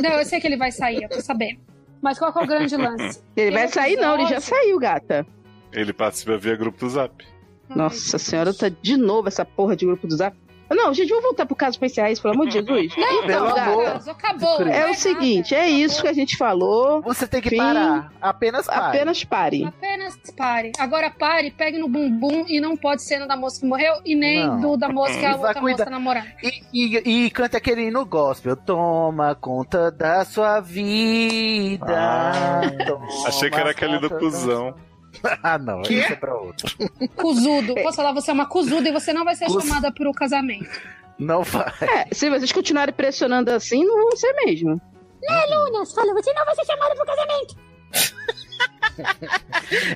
Não, eu sei que ele vai sair, eu tô sabendo. Mas qual que é o grande lance?
Ele vai sair, não, ele já saiu, gata.
Ele participa via grupo do Zap.
Nossa senhora, tá de novo essa porra de grupo do zap. Não, gente, vamos voltar pro caso pra encerrar isso, pelo amor de Jesus.
Não,
Então,
não,
gata,
Carlos, acabou. né,
É o seguinte, é isso que a gente falou.
Você tem
que parar.
Apenas
pare.
Apenas pare.
Apenas pare. Agora pare, pegue no bumbum e não pode ser no da moça que morreu e nem
Não.
do da moça que
E
a
vai
outra
cuidar.
moça namorada.
E, e canta aquele hino gospel. Toma conta da sua vida.
Ah. Achei que era aquele do
conta da
cuzão.
Ah, não.
Quê?
Isso é pra outro.
Cuzudo. Posso falar, você é uma cuzuda e você não vai ser chamada pro casamento.
Não vai.
É, se vocês continuarem pressionando assim, não vão ser mesmo.
Não, Luna, fala, você não vai ser chamada pro casamento.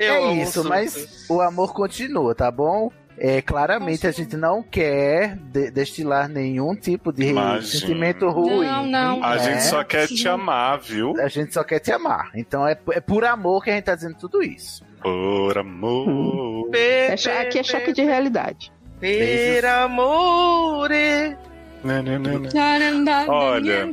é isso, mas o amor continua, tá bom? É, claramente a gente não quer de- destilar nenhum tipo de
Imagina.
sentimento ruim.
A
né?
gente só quer te amar, viu?
A gente só quer te amar. Então é, é por amor que a gente tá dizendo tudo isso.
Por amor.
É cha- aqui é choque de realidade.
Per amore.
Né, né, né, né. Olha,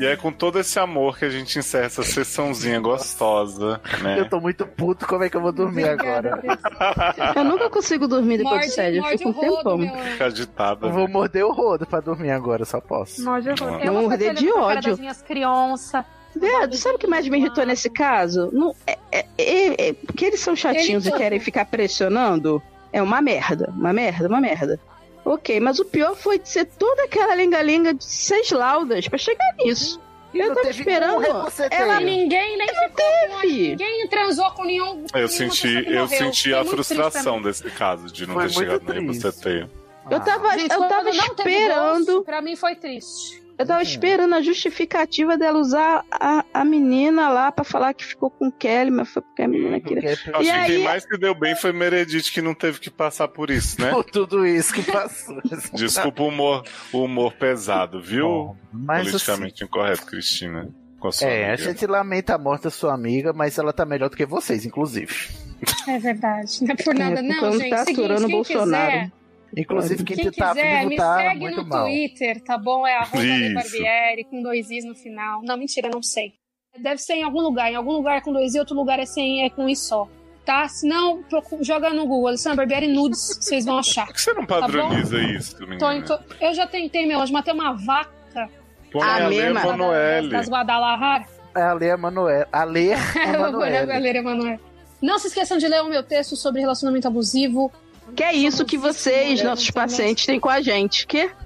E é com todo esse amor que a gente encerra essa sessãozinha gostosa, né?
Eu tô muito puto, como é que eu vou dormir agora?
Eu nunca consigo dormir depois
Morde-
de sério, eu
morde
fico um
o rodo,
tempão.
meu
Fica agitada.
Eu vou morder o rodo pra dormir agora, só posso.
Morde o rodo.
Não.
Eu vou morder é de ódio.
minhas crianças.
Viado, sabe o que mais me irritou nesse caso? Não, é, é- é- é- porque eles são chatinhos
Ele-
e querem ficar pressionando. É uma merda, uma merda, uma merda. Ok, mas o pior foi de ser toda aquela lenga-lenga de seis laudas pra chegar nisso. eu tava
um
esperando.
Ela ninguém nem ficou com
teve.
Ninguém transou com nenhum.
Eu senti,
que
eu
morreu.
senti
Fiquei
a
muito
frustração
triste
desse caso de não
Foi
ter
muito
chegado no Reboceteio.
Eu tava,
Gente,
eu
quando
tava
não teve
esperando.
gosto, Pra mim foi triste.
Eu tava esperando a justificativa dela usar a, a menina lá pra falar que ficou com Kelly, mas foi porque é a menina queria.
Eu Acho
E
que quem
aí,
mais se deu bem foi Meredith, que não teve que passar por isso, né?
Por tudo isso que passou. tá
Desculpa o humor, o humor pesado, viu?
mas assim-
Politicamente incorreto, Cristina. Com a sua
É, a
amiga.
gente lamenta a morte da sua amiga, mas ela tá melhor do que vocês, inclusive.
É verdade. Não é por nada, não,
Estamos
gente.
torturando tá
Seguinte,
o
quem quiser,
Bolsonaro.
Inclusive, quem,
quem
tá
quiser,
vivo
me
tá
segue
muito
no
mal.
Twitter, tá bom? É arroba Ale
Isso.
Barbieri, com dois i's no final. Não, mentira, não sei. Deve ser em algum lugar. Em algum lugar é com dois i, outro lugar é sem é com i só. Tá? Se não, procu- joga no Google. Alessandra Barbieri nudes, vocês vão achar. Por
que você não padroniza isso, menina?
Eu já tentei, meu anjo, matei uma vaca
Põe
Ah,
a Lê
mesma?
Manoeli.
Tá
das Guadalajara.
É a Lea Manoela. A Lea
É, Agora,
Manoela.
galera, Emanuel. Não se esqueçam de ler o meu texto sobre relacionamento abusivo.
Que é isso que vocês, nossos pacientes, têm com a gente. Que?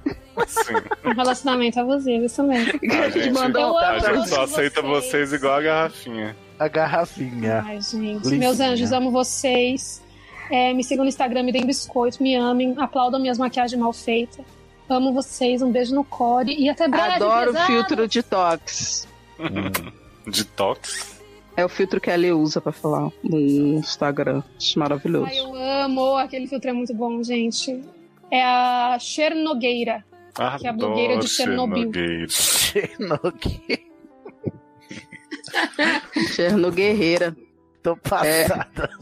um Relacionamento abusivo, isso mesmo.
A gente,
um
Eu
a
amo
gente só aceita vocês. igual a garrafinha.
A garrafinha.
Ai, gente.
Lisinha.
Meus anjos, amo vocês. É, me sigam no Instagram, me deem biscoito, me amem, aplaudam minhas maquiagens mal feitas. Amo vocês, um beijo no core e até breve.
Adoro o
pesado.
filtro de tox.
Hum.
Detox.
É o filtro que a Lê usa pra falar no Instagram. Acho maravilhoso.
Ai, eu amo, aquele filtro é muito bom, gente. É a Chernogueira,
Ah,
que é a blogueira de Chernobyl.
Chernobyl.
Cherno Guerreira.
Tô passada.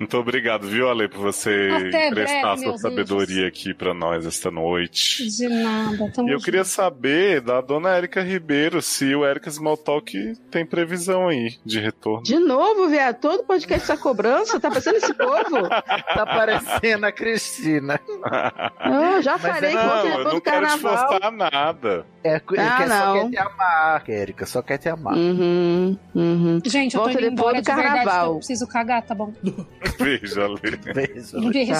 Muito obrigado, viu, Ale, por você
Até
prestar sua
breve, meus
sabedoria aqui pra nós esta noite.
De nada, tamo
E eu queria saber da dona Érica Ribeiro se o Érica Smalltalk tem previsão aí de retorno.
De novo, viado, todo podcast tá cobrança, tá passando esse povo?
Tá parecendo a Cristina.
Não, já falei que ontem
eu
depois
não
do
quero te
carnaval-
forçar nada.
É, que
Ah,
quer-
não.
só quer te amar, Erika. Só quer te amar.
Uhum, uhum.
Gente, eu
Volta
tô indo
depois
embora
do
de verdade, que
carnaval.
eu preciso cagar, tá bom?
Beijo, Ale.
Beijo.
Um beijo.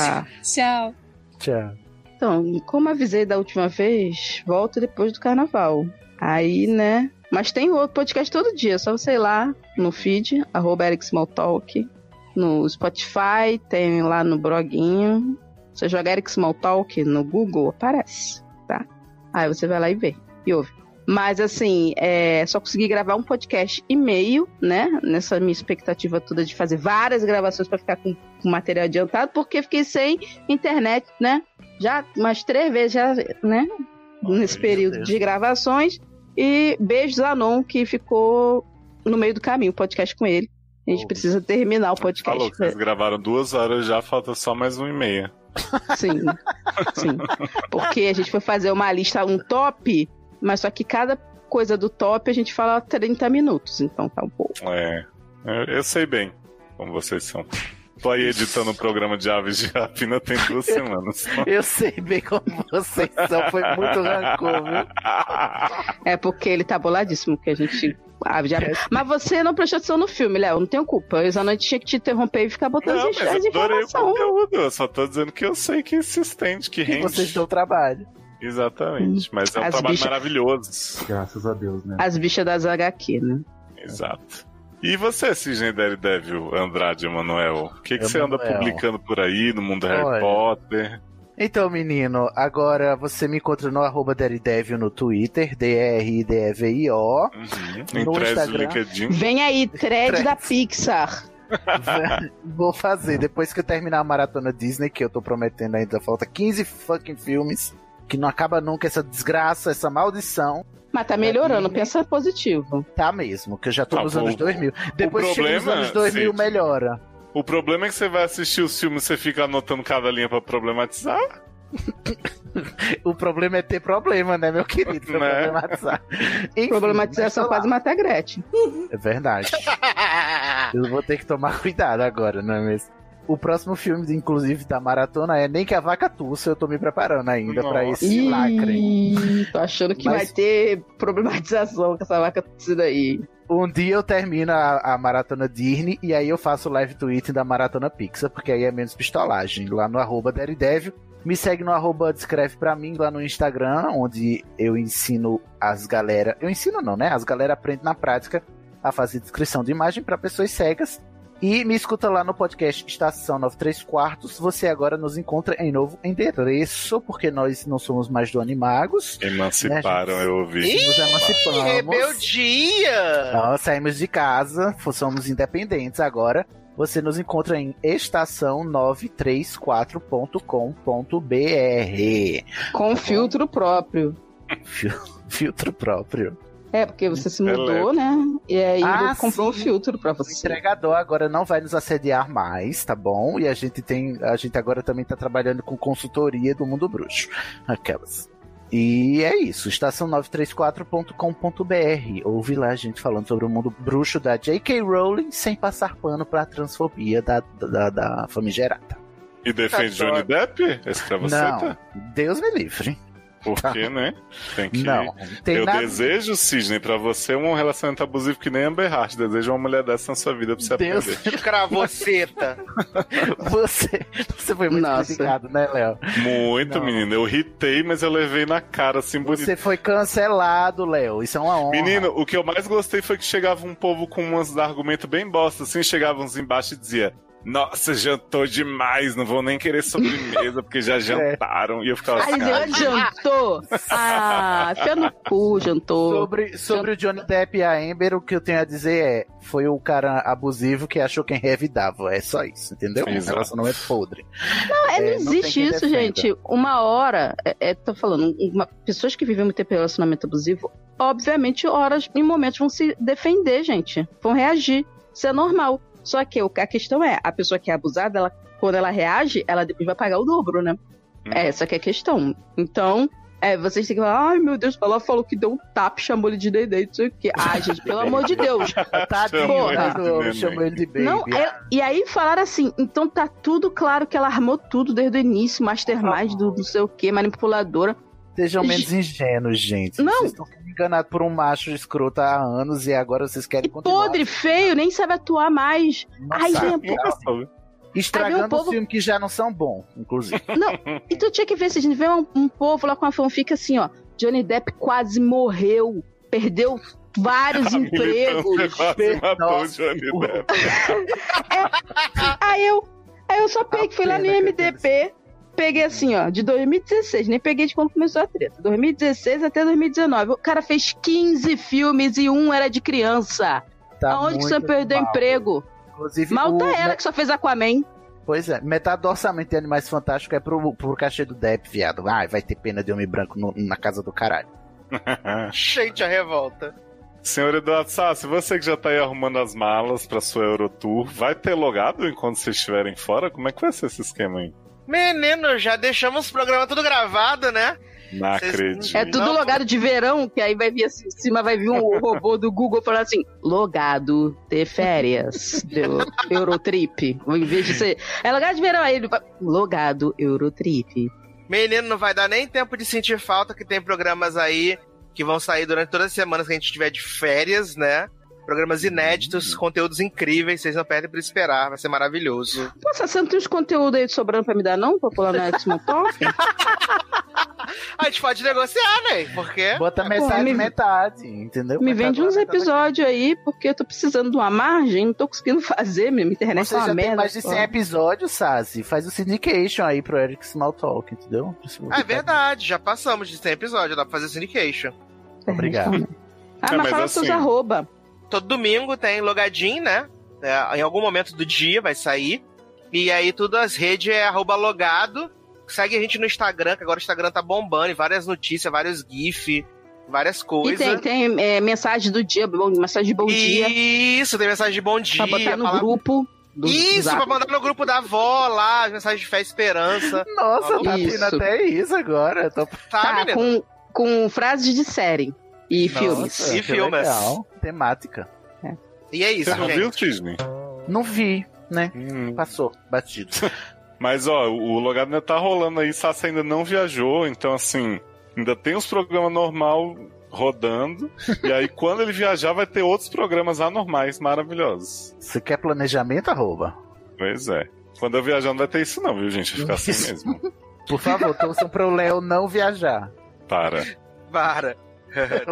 Tchau.
Tchau.
Então, como avisei da última vez, volta depois do carnaval. Aí, né? Mas tem outro podcast todo dia, é só você ir lá no feed, arroba Eric Smalltalk, no Spotify, tem lá no bloguinho. Você joga Eric Smalltalk no Google, aparece, tá? Aí você vai lá e vê, e ouve. Mas assim, é, só consegui gravar um podcast e meio, né? Nessa minha expectativa toda de fazer várias gravações para ficar com, com material adiantado, porque fiquei sem internet, né? Já umas três vezes, já, né? Nesse período de gravações. E beijos Anon, que ficou no meio do caminho, o podcast com ele. A gente precisa terminar
tá
o podcast.
Falou que vocês gravaram duas horas já, falta só mais uma e meia.
É, Sim, sim. Porque a gente foi fazer uma lista, um top, mas só que cada coisa do top a gente fala 30 minutos, então tá um pouco.
É. Eu- Eu sei bem como vocês são. Tô aí editando o programa de aves de rapina tem duas semanas.
Eu sei bem como vocês são, foi muito rancor, viu?
É porque ele tá boladíssimo que a gente. Ah, já...
É,
Mas você não prestou atenção no filme, Léo, não tenho culpa. Eu à noite tinha que te interromper e ficar botando
Não,
as,
mas
as
eu adorei o
informações.
conteúdo. Eu só tô dizendo que eu sei que se estende, que rende.
Vocês dão trabalho.
Exatamente. Mas é um
As
trabalho
bichas-
maravilhoso. Graças a Deus, né?
As bichas das HQ, né?
Exato. E você, Cisgender Devil, Andrade Emanuel? O que, que você anda
Emanuel.
publicando por aí no mundo
Olha.
Harry Potter?
Então, menino, agora você me encontra no arroba Daredevil no Twitter, D-R-I-D-E-V-I-O.
Em
Uhum. no
threads do
Instagram.
Uhum. LinkedIn.
Vem aí, thread
Threads.
da Pixar.
Vou fazer. Depois que eu terminar a maratona Disney, que eu tô prometendo ainda, falta 15 fucking filmes. Que não acaba nunca essa desgraça, essa maldição.
Mas tá melhorando, pensa positivo.
Tá mesmo, que eu já tô
Tá
nos
bom.
anos 2000.
O
Depois chega nos
problema,
anos 2000,
Cid,
melhora.
O problema é que você vai assistir os filmes e você fica anotando cada linha pra problematizar.
O problema é ter problema, né, meu querido? Pra
Né?
problematizar. Enfim,
Problematização
mas tá
quase mata a Gretchen.
lá. É verdade. Eu vou ter que tomar cuidado agora, não é mesmo? O próximo filme, inclusive, da maratona é Nem que a Vaca Tussa. Eu tô me preparando ainda pra esse
Ih,
lacre.
Tô achando que
Mas-
vai ter problematização com essa vaca tossida aí.
Um dia eu termino a, a maratona Disney e aí eu faço live tweet da maratona Pixar, porque aí é menos pistolagem. Lá no arroba Daredevil. Me segue no arroba descreve pra mim lá no Instagram, onde eu ensino as galera. Eu ensino não, né? As galera aprendem na prática a fazer descrição de imagem pra pessoas cegas. E me escuta lá no podcast Estação 93 Quartos. Você agora nos encontra em novo endereço, porque nós não somos mais do Animagos.
Emanciparam, eu ouvi.
Né, Ih, Nos emancipamos.
Rebeldia!
Nós saímos de casa, fo- somos independentes agora. Você nos encontra em estação934.com.br.
Com filtro próprio.
filtro próprio.
É, porque você se
Pelé.
mudou, né? E aí
Ah,
ele comprou um filtro pra
O
você.
entregador agora não vai nos assediar mais, tá bom? E a gente tem. A gente agora também tá trabalhando com consultoria do mundo bruxo. Aquelas. E é isso, estação934.com.br. Ouvi lá a gente falando sobre o mundo bruxo da J.K. Rowling sem passar pano pra transfobia da, da, da famigerata.
E defende Johnny Depp? Esse pra você,
tá não,
tá?
Deus me livre.
Por quê, né? Tem que.
Não, tem
eu
nada-
desejo, Cisne, pra você um relacionamento abusivo que nem Amber Hart. Desejo uma mulher dessa na sua vida pra você
Deus. tá?
aprender.
Cravoceta.
Você, você foi muito
Nossa.
criticado, né, Léo?
Muito, menino. Eu ritei, mas eu levei na cara, assim, bonito.
Você foi cancelado, Léo. Isso é uma honra.
Menino, o que eu mais gostei foi que chegava um povo com uns argumentos bem bosta, assim, chegava uns embaixo e dizia. Nossa, jantou demais, não vou nem querer sobremesa, porque
É.
já jantaram. E eu ficava
Aí
assim.
ele
"Ah,
adiantou. Ah, fia no cu, jantou.
Sobre, sobre o Johnny Depp e a Amber, o que eu tenho a dizer é: foi o cara abusivo que achou quem revidava. É só isso, entendeu? O
Exato.
negócio não é podre.
Não, é, não
É, não tem
existe
quem
isso,
defenda.
gente. Uma hora, é, é, tô falando, uma- pessoas que vivem muito tempo em relacionamento abusivo, obviamente, horas em momentos vão se defender, gente. Vão reagir. Isso é normal. Só que o- a questão é, a pessoa que é abusada, ela, quando ela reage, ela depois vai pagar o dobro, né?
Hum.
É, essa que é a questão. Então, é, vocês têm que falar, ai meu Deus, ela falou que deu um tapa, chamou ele de dedê, não sei o quê. Ai, gente, pelo amor de Deus.
um
Tadinho,
Porra.
tadinho, chamou ele de baby.
Não, é- e aí falaram assim, então tá tudo claro que ela armou tudo desde o início, mastermind do não sei o que, manipuladora.
Sejam menos ingênuos, gente.
Não.
Vocês estão sendo enganados por um macho escroto há anos e agora vocês querem continuar.
Podre, feio, nem sabe atuar mais. Ai,
sabe,
vem a
não
porra.
sabe.
Aí vem
Estragando
o povo-
um filme que já não são bons, inclusive.
Não, e tu tinha que ver se a gente vê um, um povo lá com a fanfic assim, ó. Johnny Depp quase morreu, perdeu vários
Militância
empregos.
quase né? matou o Johnny Depp.
Aí eu, aí eu só peguei, fui lá no IMDB, peguei assim, ó, de 2016, nem peguei de quando começou a treta. 2016 até 2019. O cara fez 15 filmes e um era de criança.
Tá
Aonde que você
muito
perdeu o
mal.
emprego?
Inclusive,
Malta
o-
tá ela que só fez Aquaman.
Pois é, metade do orçamento de Animais Fantásticos é pro, pro cachê do Depp, viado. Ai, vai ter pena de homem branco no- na casa do caralho.
Gente, a revolta.
Senhor Eduardo Sassi, você que já tá aí arrumando as malas pra sua Eurotour, vai ter logado enquanto vocês estiverem fora? Como é que vai ser esse esquema aí?
Menino, já deixamos o programa tudo gravado, né?
Não acredito.
É tudo logado de verão, que aí vai vir assim, em cima vai vir um robô do Google falando assim, logado de férias do Eurotrip. Em vez de ser, é logado de verão, aí ele vai, logado Eurotrip.
Menino, não vai dar nem tempo de sentir falta que tem programas aí que vão sair durante todas as semanas que a gente tiver de férias, né? Programas inéditos, conteúdos incríveis, vocês não perdem por esperar, vai ser maravilhoso.
Pô, você não tem uns conteúdos aí sobrando pra me dar não? Pra pular na X-Motof?
A gente pode negociar, né? Porque.
Bota metade, metade, entendeu?
Me
Metade
vende uns episódios aí, porque eu tô precisando de uma margem, não tô conseguindo fazer, minha internet
Você
é uma
já
merda.
tem mais de 100
pô.
episódios, Sazi. Faz o syndication aí pro Eric Smalltalk, entendeu?
Ah, é verdade, já passamos de 100 episódios, dá pra fazer syndication.
Obrigado.
Ah,
É,
mas,
mas
fala seus
assim-
arroba.
Todo domingo tem logadinho, né? É, em algum momento do dia vai sair. E aí tudo as redes é arroba logado. Segue a gente no Instagram, que agora o Instagram tá bombando, e várias notícias, vários GIF, várias
E
coisas.
tem, tem é, mensagem do dia, bom- mensagem de bom dia.
Isso, tem mensagem de bom dia.
botar no
palavra-
grupo do
isso,
Zap.
pra mandar no grupo da avó lá, as mensagens de fé e esperança.
Nossa,
Falou?
tá tendo até isso agora. eu Tô...
Tá,
Tá, com, com frases de série e
Nossa,
filmes.
que Legal. Temática.
E é
Você não viu, Disney? Hum.
Não vi, né? Passou, batido.
Mas ó, o logado ainda tá rolando aí, Sassi ainda não viajou, então assim, ainda tem os programas normal rodando, e aí quando ele viajar vai ter outros programas anormais maravilhosos.
Você quer planejamento, arroba?
Pois é. Quando eu viajar não vai ter isso não, viu gente? Vai ficar assim mesmo.
Por favor, torçam pro Léo não viajar.
Para.
Para.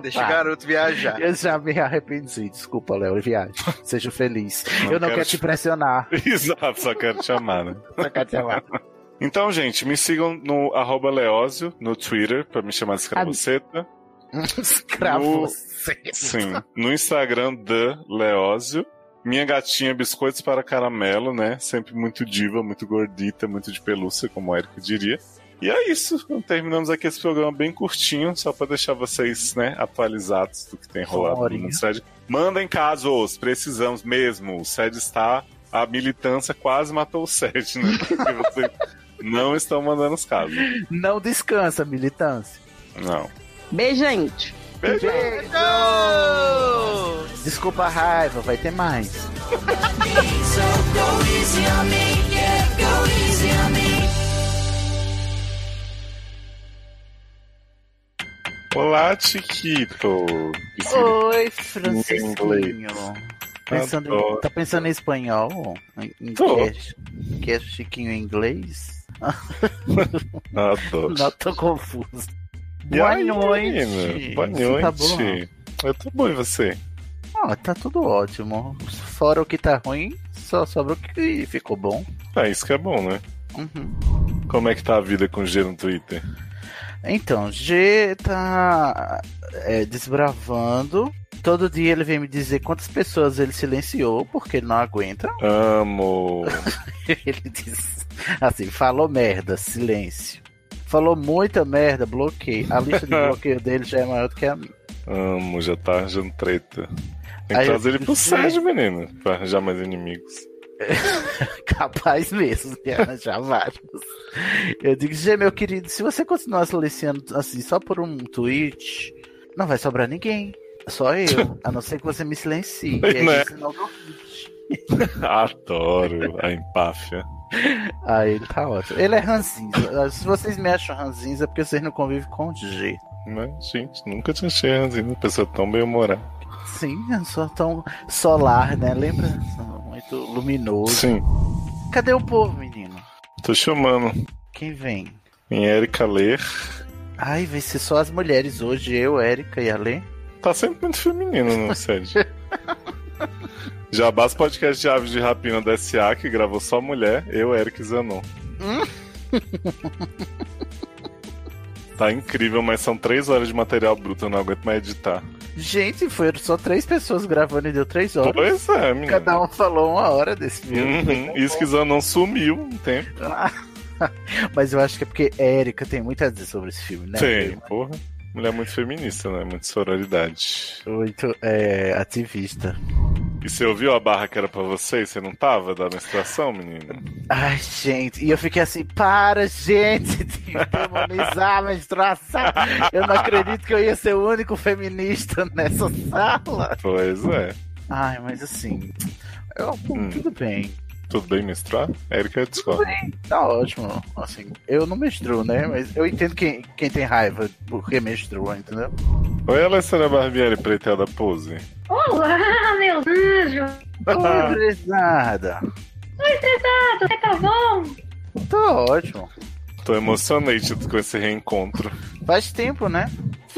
Deixa o
Para.
garoto viajar.
Eu já me arrependi. Desculpa, Léo, viagem. Seja feliz.
Não,
eu não
quero
quero te
te-
pressionar.
Exato, só quero te amar, né?
Só quero te amar.
Então, gente, me sigam no arroba Leózio, no Twitter, pra me chamar de escravoceta. No- Sim. No Instagram, da Leózio. Minha gatinha, biscoitos para caramelo, né? Sempre muito diva, muito gordita, muito de pelúcia, como o Eric diria. E é isso. Então, terminamos aqui esse programa bem curtinho, só para deixar vocês, né, atualizados do que tem rolado no mundo sede. Mandem casos, precisamos mesmo. O sede está. A militância quase matou o sede, né? Porque vocês não estão mandando os casos.
Não descansa, militância.
Não.
Beijo, gente.
Beijo.
Desculpa a raiva, vai ter mais.
So go easy on me, yeah, go easy on me.
Olá, Chiquito.
Oi,
Francisquinho.
Pensando em-
Adoro.
tá pensando em espanhol? Em- em
Tô.
Quer, quer chiquinho em inglês?
Adoro.
Não, tô confuso.
E
Boa
aí,
noite.
menino? Boa
Você
noite.
tá bom?
Eu tô bom, e você?
Ah, tá tudo ótimo. Fora o que tá ruim, só sobra o que ficou bom.
Ah, isso que é bom, né?
Uhum.
Como é que tá a vida com G no Twitter?
Então, G tá é, desbravando. Todo dia ele vem me dizer quantas pessoas ele silenciou, porque ele não aguenta.
Amo.
ele diz assim: falou merda, silêncio. Falou muita merda, bloqueio. A lista de bloqueio dele já é maior do que a minha.
Amo, já tá arranjando treta. Tem que
Aí eu
trazer ele pro
pensei-
Sérgio, menino, pra arranjar mais inimigos.
Capaz mesmo de arranjar vários. Eu digo, Gê, meu querido, se você continuar silenciando assim só por um tweet, não vai sobrar ninguém. Só eu. A não ser que você me silencie. E aí,
Né?
senão eu-
Adoro a empáfia.
Aí ele tá ótimo. Ele é ranzinza. Se vocês me acham ranzinza, é porque vocês não convivem com o G.
Mas, gente, nunca tinha chance, uma pessoa tão bem-humorada.
Sim, eu sou tão solar, né? Lembra? Sou Muito luminoso.
Sim,
Cadê o povo, menino?
tô chamando.
Quem vem?
Em Erika Ler.
Ai, vai ser só as mulheres hoje, eu, Érica e a Lê.
Tá sempre muito feminino no Sérgio. Já basta o podcast de Aves de Rapina da SA, que gravou só mulher, eu, Eric e Zanon. Tá incrível, mas são três horas de material bruto, eu não aguento mais editar.
Gente, foram só três pessoas gravando e deu três horas.
Pois é, menina.
Cada um falou uma hora desse filme.
Uhum. Isso que Zan não sumiu um tempo.
Mas eu acho que é porque Érica tem muito a dizer sobre esse filme, né?
Sim, porra. Mulher muito feminista, né? Muito sororidade.
Muito é, ativista.
E você ouviu a barra que era pra você e você não tava da menstruação, menina?
Ai, gente, e eu fiquei assim, para, gente, de demonizar a menstruação. Eu não acredito que eu ia ser o único feminista nessa sala.
Pois é.
Ai, mas assim, eu-
Hum.
tudo bem.
Tudo bem menstruar? Érica discorda.
Tá ótimo. Assim, eu não menstruo, né? Mas eu entendo quem, quem tem raiva porque menstrua, entendeu?
Oi, Alessandra Barbieri, pretel da pose.
Olá, meus anjos!
Oi, Brisada.
Tô estressado, você tá bom?
Tô ótimo.
Tô emocionante com esse reencontro.
Faz tempo, né?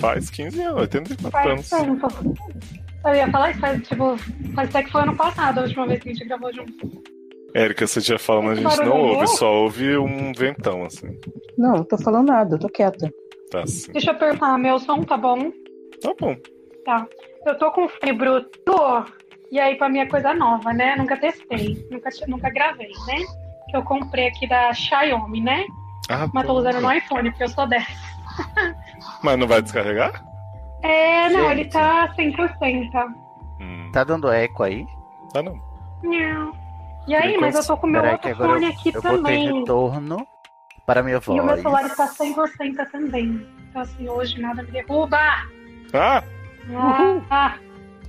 Faz 15 anos, 84
Faz
anos.
tempo. Eu ia falar isso, faz, tipo, faz até que foi ano passado a última vez que a gente gravou junto.
Érica, você já falando, a gente
barulho
não
bom.
ouve, só ouve um ventão, assim.
Não, não tô falando nada, eu tô quieta.
Tá assim.
Deixa eu perguntar, meu som tá bom?
Tá bom.
Tá. Eu tô com frio bruto. E aí, pra mim é coisa nova, né? Nunca testei. Nunca, nunca gravei, né? Que eu comprei aqui da Xiaomi, né?
Ah,
Mas tô
bom.
usando no iPhone, porque eu sou dessa.
Mas não vai descarregar?
É, não,
Gente.
ele tá 100%.
Tá dando eco aí?
Tá não.
Não. E aí, mas eu tô com o meu
Peraí, que
outro
agora eu-
fone aqui
eu
também.
Botei retorno para minha voz.
E o meu celular tá está 100% também. Então, assim, hoje nada me derruba.
Ah,
Ah, ah.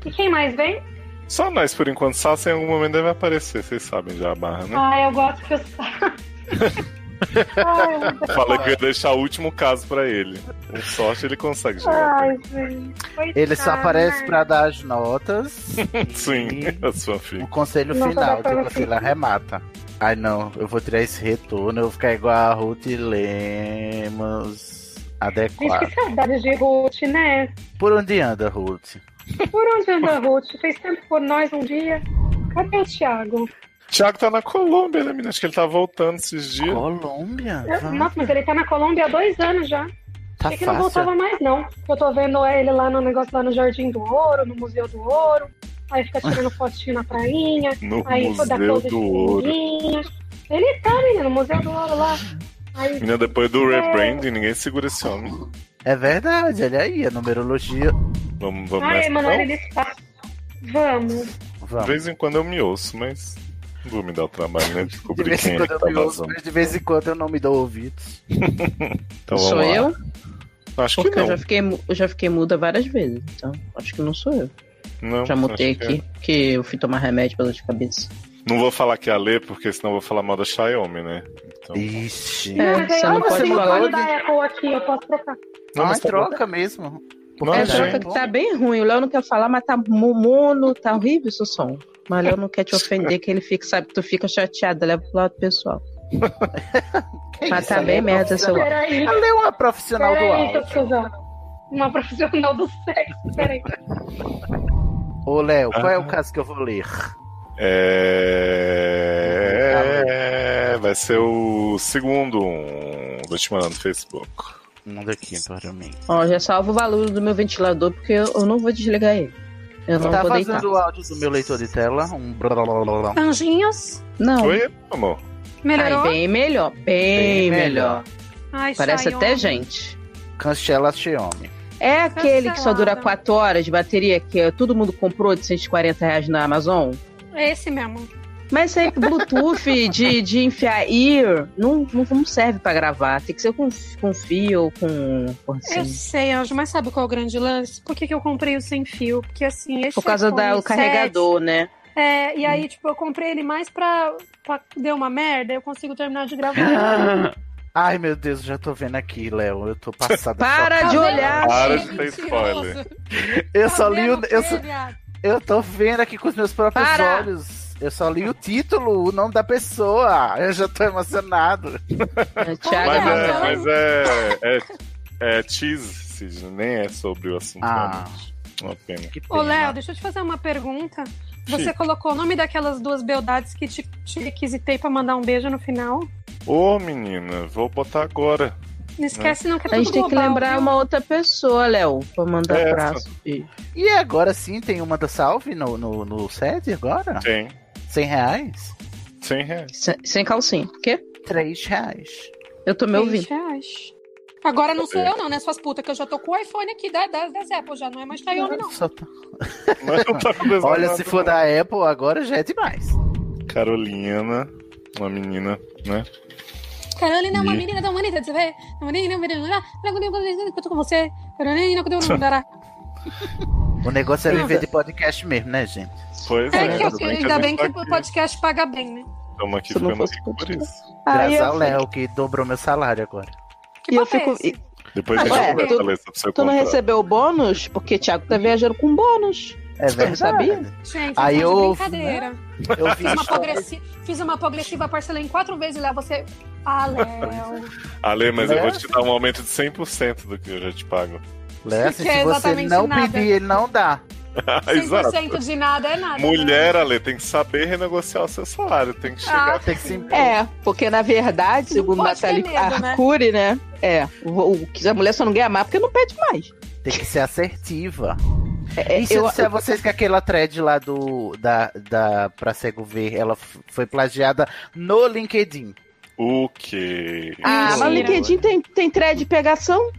E quem mais vem?
só nós por enquanto. Sassi em algum momento deve aparecer, vocês sabem já a barra, né?
Ah, eu gosto que eu. Ai, eu vou-
Falei que eu ia deixar o último caso pra ele. Com sorte ele consegue chegar.
Ai, gente. coitada,
Ele só aparece
né?
pra dar as notas.
Sim, a sua filha.
O conselho
Não,
final,
tá
que o
pra-
conselho arremata. Ai não, eu vou tirar esse retorno, eu vou ficar igual a Ruth Lemos.
Gente,
Adequado.
que saudade de Ruth, né?
Por onde anda, Ruth?
Por onde anda a Ruth? Fez tempo por nós um dia. Cadê o Thiago?
Thiago tá na Colômbia, né, menina? Acho que ele tá voltando esses dias.
Colômbia?
Ah.
Eu- Nossa, mas ele tá na Colômbia há dois anos já.
Tá
Achei que não
fácil.
voltava mais, não. Eu tô vendo ele lá no negócio lá no Jardim do Ouro, no Museu do Ouro. Aí fica tirando fotinho na prainha.
No
aí toda
Ah. Museu
pose de
do Ouro.
menininha. Ele tá, menino, no Museu do Ouro lá. Aí,
Menina, depois do
É.
rebranding, ninguém segura esse homem.
É verdade, olha aí, a numerologia.
Vamos, vamos
ai,
nessa,
Emanuel,
então?
ele está. Vamos.
De vez em quando eu me ouço, mas não vou me dar o trabalho, né? de
De
Descobrir
vez
quem
em
é
quando
que
eu
tá
me ouço,
né?
vazando.
mas de vez em quando eu não me dou ouvidos.
Então,
sou
vamos lá.
eu?
Acho
Porque
que não.
eu já fiquei, mu- eu já fiquei muda várias vezes, então acho que não sou eu.
Não,
já mutei
Então, acho que
aqui,
é.
porque eu fui tomar remédio pra dor de cabeça.
Não vou falar que é a Lê, porque senão eu vou falar mal da Xiaomi, né? Então...
É,
Ixi.
Não, mas aí,
você
olha,
não
eu
pode
tenho
falar.
fone da Apple aqui, eu posso trocar.
Não,
Ah,
mas tá
troca mesmo.
Não,
é,
gente.
troca que tá bem ruim. O Léo não quer falar, mas tá mu- mono, tá horrível seu som. Mas o Léo não quer te ofender, que ele fica, sabe, tu fica chateado, leva pro lado pessoal. mas
isso,
tá
né?
ela
bem
é
merda seu
profissional.
áudio.
Peraí.
Ela é uma profissional do
Peraí, seu
áudio.
cuzão. Uma profissional do sexo, peraí.
Ô, Léo, qual
Ah.
é o caso que eu vou ler?
É... Vai ser o segundo. um, Vou te mandar no Facebook.
Manda aqui para Um mim.
Ó, já salvo o valor do meu ventilador, porque eu, eu não vou desligar ele. Eu não
tá
vou deitar.
vazando o áudio do meu leitor de tela? Um blá, blá, blá, blá, blá.
Anjinhos?
Não.
Oi, amor.
Melhorou?
Ai, bem melhor, bem,
Bem
melhor.
melhor.
Ai,
Parece
Xiaomi.
até gente.
Cancela Xiaomi.
É aquele que só dura 4 horas de bateria, que eh, todo mundo comprou de 140 reais na Amazon?
É esse mesmo.
Mas isso aí, Bluetooth de, de enfiar ear, não, não, não serve pra gravar. Tem que ser com, com fio ou com. com
Eu
assim.
sei, Anjo, mas sabe qual é o grande lance? Por que, que eu comprei o sem fio? Porque assim, esse
Por causa
iPhone
do
7,
carregador, né?
É, e aí, tipo, eu comprei ele mais pra, pra. Deu uma merda, eu consigo terminar de
Ah.
gravar.
Ai, meu Deus, já tô vendo aqui, Léo. Eu tô passada.
Para
só-
de olhar,
Para de ter spoiler.
Eu só li o.
vendo,
Eu, só-
filha?
eu tô vendo aqui com os meus próprios
Para.
olhos. Eu só li o título, o nome da pessoa. Eu já tô emocionado.
Thiago
mas é,
Amazon.
mas é, é, é tease, Sidney, nem é sobre o assunto.
Ah.
realmente. Uma pena.
Ô, Léo, deixa eu te fazer uma pergunta. Você
Sim.
colocou o nome daquelas duas beldades que te, te requisitei pra mandar um beijo no final?
Ô, menina, vou botar agora.
Não esquece não que é
A gente
tudo
tem que
global,
lembrar
viu?
uma outra pessoa, Léo, pra mandar
É,
abraço.
E agora sim tem uma da salve no, no, no SED agora?
Tem.
100 reais?
100 reais.
Se- Sem calcinha. O quê?
3 reais.
Eu tô me
Três
ouvindo.
reais. Agora não sou eu, não, né? Suas putas, que eu já tô com o iPhone aqui da, da, das Apple, já não é mais Tayone, não.
Só tá-
tá com
Olha, se for da Apple, agora já é demais.
Carolina, uma menina, né?
Carolina é uma
E?
menina tão bonita, você vê? Menina, menina, eu tô com você. Carolina, quando eu não dará.
O negócio é
Nada.
viver de podcast mesmo, né, gente?
Pois
É que eu- ainda bem que o podcast paga bem, né?
Estamos tá aqui ficando aqui por isso.
Graças
Ai, Ah, eu
ao
sei.
Léo, que dobrou meu salário agora.
e
Que
eu
papo é
fico.
esse?
e-
Depois a
Mas,
gente
ué,
é.
conversa,
tu-
Alessa, pra você
Tu não
contar.
recebeu o bônus? Porque o Thiago tá viajando com bônus.
É
Você não
verdade.
sabia?
Gente,
Aí
tá
eu-
de brincadeira.
Eu
Fiz uma, progressi... Fiz uma progressiva, parcelei em quatro vezes, Léo, você... Ah, Léo.
Ale, mas eu
Né?
vou te dar um aumento de 100% do que eu já te pago.
Léo,
Que é
se você
exatamente
não
nada.
pedir, ele não dá.
Exato.
100% de nada é nada.
Mulher, Ale, tem que saber renegociar o seu salário. Tem que chegar.
Ah,
tem que
É, porque na verdade, segundo
pode ter
Natália
medo, né?
Arcuri, né? É, o, o, que a mulher só não ganha mais porque não pede mais.
Tem que ser assertiva.
É,
e se
eu-
eu disser a vocês que aquela thread lá do da, da Pra Cego Ver, ela f- foi plagiada no LinkedIn.
O quê?
Ah, mas o LinkedIn tem, tem thread de pegação?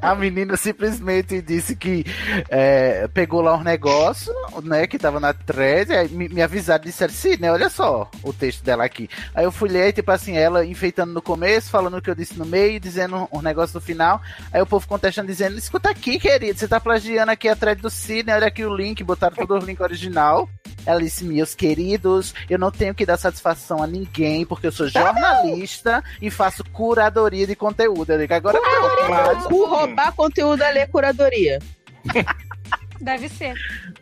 A, a menina simplesmente disse que é, pegou lá um negócio, né, que tava na thread, aí me, me avisaram, disseram, sim, né, olha só o texto dela aqui. Aí eu fui ler, tipo assim, ela enfeitando no começo, falando o que eu disse no meio, dizendo um negócio no final, aí o povo contestando, dizendo, escuta aqui, querido, você tá plagiando aqui a thread do Sidney, olha aqui o link, botaram todo o link original. Ela disse, meus queridos, eu não tenho que dar satisfação a ninguém, porque eu sou jornalista e faço curadoria de conteúdo. Eu digo, agora
Curadoria
Ah,
pronto,
do cu, roubar conteúdo ali é curadoria.
Deve ser.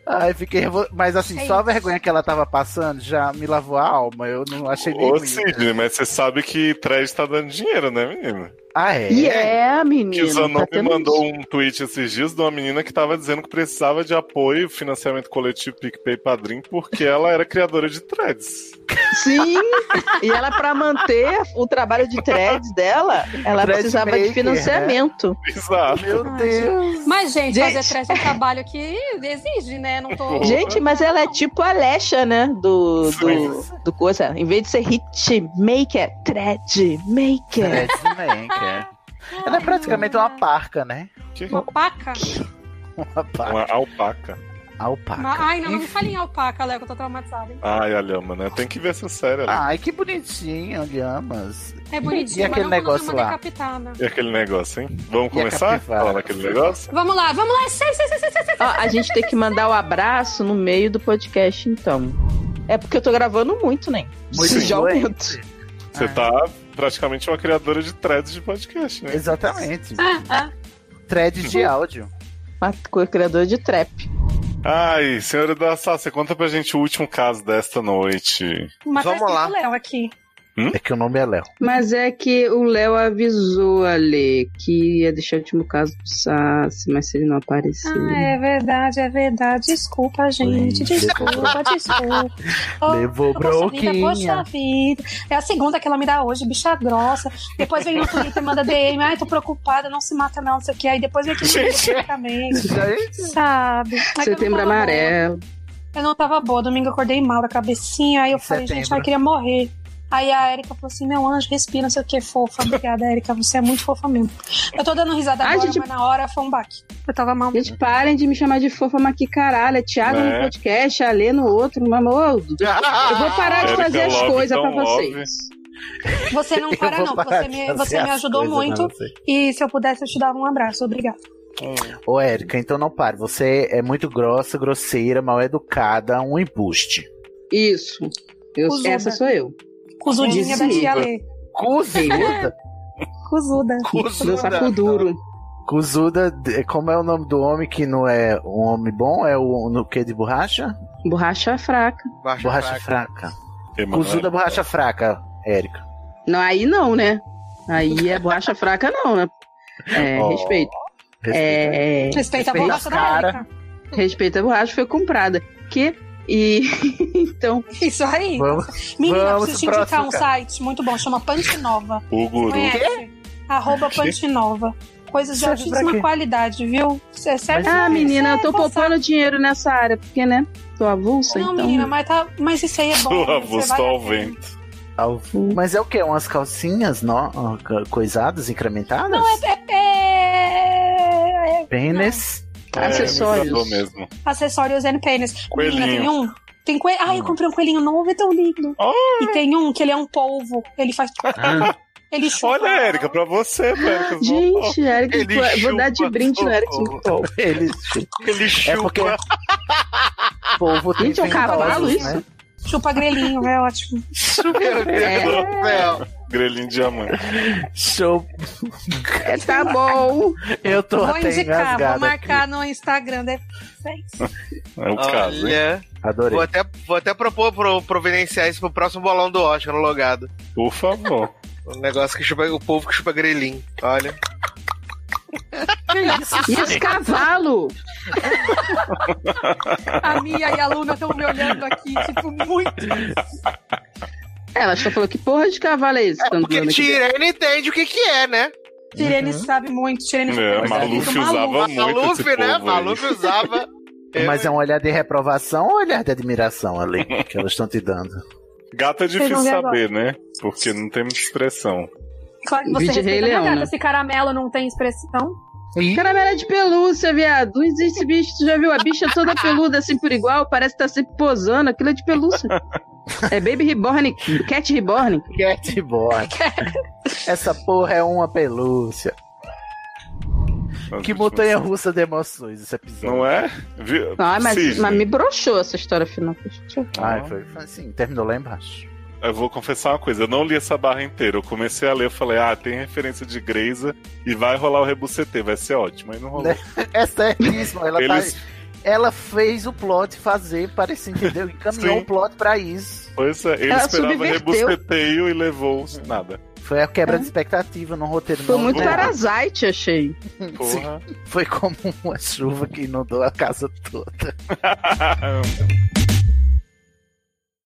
Ai, fiquei revol... Mas assim,
É
só a
isso.
vergonha que ela tava passando já me lavou a alma. Eu não achei nem
Ô,
bonito.
Sidney, mas você sabe que thread tá dando dinheiro, né, menina?
Ah, é?
E é,
Que o
menino.
Zanon
tá
me
tendo-
mandou um tweet esses dias de uma menina que tava dizendo que precisava de apoio, financiamento coletivo, PicPay Padrim, porque ela era criadora de threads.
Sim, e ela, pra manter o trabalho de threads dela, ela
Thread
precisava de
é.
maker,
financiamento.
Exato.
Meu Deus.
Mas, gente,
Gente.
fazer thread é um trabalho que exige, né? Não tô...
Gente, mas ela é tipo a Alexa, né? Do, do, do coisa. Em vez de ser hit maker, thread maker.
Threadmaker. Ela é praticamente uma parca, né?
Alpaca?
Uma parca.
Uma alpaca.
Alpaca.
Ma- Ai, não, não me fale em alpaca, Léo, que eu tô traumatizada. hein?
Ai, Alhama, né? Tem que ver essa série, né?
Ai, que bonitinho, Lhamas.
É bonitinho,
E
mas não
aquele
quando é uma
negócio lá?
decapitada.
E aquele negócio, hein? Vamos
E a
começar? a
capivara?
Falar daquele negócio?
Vamos lá, vamos lá. Sei, sei, sei, sei, sei, sei.
Ó, a gente tem que mandar o abraço no meio do podcast, então. É porque eu tô gravando muito, né?
Muito
Preciso de
doente.
aumento.
Você tá praticamente uma criadora de threads de podcast,
É.
né?
Exatamente.
Ah, ah.
Thread de áudio.
Mas co- criador de trap.
Ai, senhora da Sá, você conta pra gente o último caso desta noite.
Vamos
Mas tá
assim,
escrito
lá.
Léo aqui.
É que o nome é Léo.
Mas é que o Léo avisou ali que ia deixar o último caso do Sassi, mas se ele não aparecer.
Ah, é verdade, é verdade. Desculpa, gente.
Ih,
Desculpa, desculpa.
Levou
poxa vida,
bronquinha.
poxa vida. É a segunda que ela me dá hoje, bicha grossa. Depois vem no Twitter, manda DM. Ai, tô preocupada, não se mata não, não sei o que. Aí depois vem aqui no
Gente.
publicamente.
Gente,
Sabe? Mas eu não
Setembro
tava
amarelo.
boa. Eu não tava boa. Domingo eu acordei mal da cabecinha. Aí eu
Em
falei, gente,
setembro.
ai, eu queria morrer. Aí a Erika falou assim: meu anjo, respira, não sei o que, fofa. Obrigada, Erika, você é muito fofa mesmo. Eu tô dando risada
Ai,
agora,
gente-
mas na hora foi um baque. Eu tava mal.
Gente, parem de me chamar de fofa, mas que caralho. É Thiago
Né?
no podcast, Alê no outro. Mas, ô, eu vou parar de
Érica
fazer as
Ah, Love,
coisas pra
então, Love.
vocês.
Você não para,
Eu
não.
vou
Você
parar de
me,
fazer
você me
as
ajudou
coisas,
muito.
não sei.
E se eu pudesse, eu te dava um abraço. Obrigada.
Ô, Érica, então não pare. Você é muito grossa, grosseira, mal educada, um embuste.
Isso. Eu-
Usuda.
essa sou eu.
Cusudinha da tia Lê.
Cuzuda?
Cusuda.
Do saco duro.
Cuzuda, de- como é o nome do homem que não é um homem bom? É o no que de borracha?
Borracha fraca.
Baixa
borracha
fraca.
fraca.
Emanuel.
Cuzuda, borracha fraca, Érica.
Não, aí não, né? Aí é borracha fraca, não, né? É,
Ó,
respeito.
Respeita.
É,
Respeita a
Respeita
É.
borracha
a
da
cara.
Erika.
respeito à borracha foi comprada. Que E então.
Isso aí.
Vamos-
Menina, eu
vamos
preciso te
pro
indicar
próximo,
um
cara.
site muito bom, chama Pantinova.
O guru.
Conhece? Arroba
Quê?
Pantinova. Coisas de
Serve pra
altíssima
quê?
qualidade, viu? Cê é Serve pra
ah, menina, eu tô
você passar-
poupando dinheiro nessa área, porque, né? Tô avulsa,
Não,
então.
menina, mas, tá... mas isso aí é bom.
Sua
você
avulsa
vai-
Ao vento.
Mas é o quê? Umas calcinhas no... co- coisadas, incrementadas?
Não, é. é- é- é-
Pênis?
É, Acessórios.
me agradou mesmo.
Acessórios and pênis. Menina, tem
Coelhinho.
um. Tem coelho. Ai, eu comprei um coelhinho novo, é tão lindo. E tem um que ele é um polvo. Ele faz.
Ah,
ele chupa.
Olha, Érica, pra você, Érica.
Gente, Eric, vou dar de brinde no Eric.
Ele,
ele chupa.
É porque... Povo tem
Gente, é um
ventosas,
cavalo
né?
isso? Chupa grelhinho, é ótimo.
Meu
É.
Deus do céu.
É.
Grelhinho de diamante.
Show.
tá bom.
Eu tô
É, vou
até
indicar,
engasgado
vou marcar no Instagram. né? Deve...
É o
caso, hein?
Adorei.
Vou até, vou até propor pro, providenciar isso pro próximo bolão do Oscar no logado.
Por favor.
O Um negócio que chupa, o povo que chupa grelhinho. Olha.
Ah,
E os cavalos?
A Mia e a Luna estão me olhando aqui, tipo, muito.
É, Ela só falou que porra de cavalo é esse? É
Porque Tirene entende o que que é, né?
Tirene sabe muito, Tirene
É, Maluf usava muito
Maluf,
esse
né?
povo
Maluf
aí.
usava.
Mas é um olhar de reprovação ou um olhar de admiração ali que elas estão te dando?
Gato é
Vocês
difícil
vão ver
saber, né? Porque não tem muita expressão.
Claro que você
Vídeo Rei
respeita, né,
Leão,
gata?
né?
Esse caramelo não tem expressão.
Caramelo é de pelúcia, viado. Não existe bicho. Tu já viu a bicha toda peluda assim por igual? Parece que tá sempre posando. Aquilo é de pelúcia. É Baby Reborn, Cat Reborn.
Cat Reborn. Essa porra é uma pelúcia. Que montanha russa de emoções esse episódio.
Não é? Viu?
Ai, mas,
Cisne.
mas me broxou essa história final.
Ai, foi, foi assim, terminou lá embaixo.
Eu vou confessar uma coisa, eu não li essa barra inteira. Eu comecei a ler, eu falei, ah, tem referência de Greisa e vai rolar o rebucetê, vai ser ótimo. Aí não rolou.
É certíssimo, ela tá-
Eles-
Ela fez o plot fazer parecer, entendeu? Encaminhou
Sim.
o plot pra isso.
Pois é, ele
Ela
esperava
subverteu.
rebuceteio e levou nada.
Foi a quebra de expectativa no roteiro.
É. Foi
não-
muito
não-
Parasite, achei.
Porra.
Foi como uma chuva que inundou a casa toda.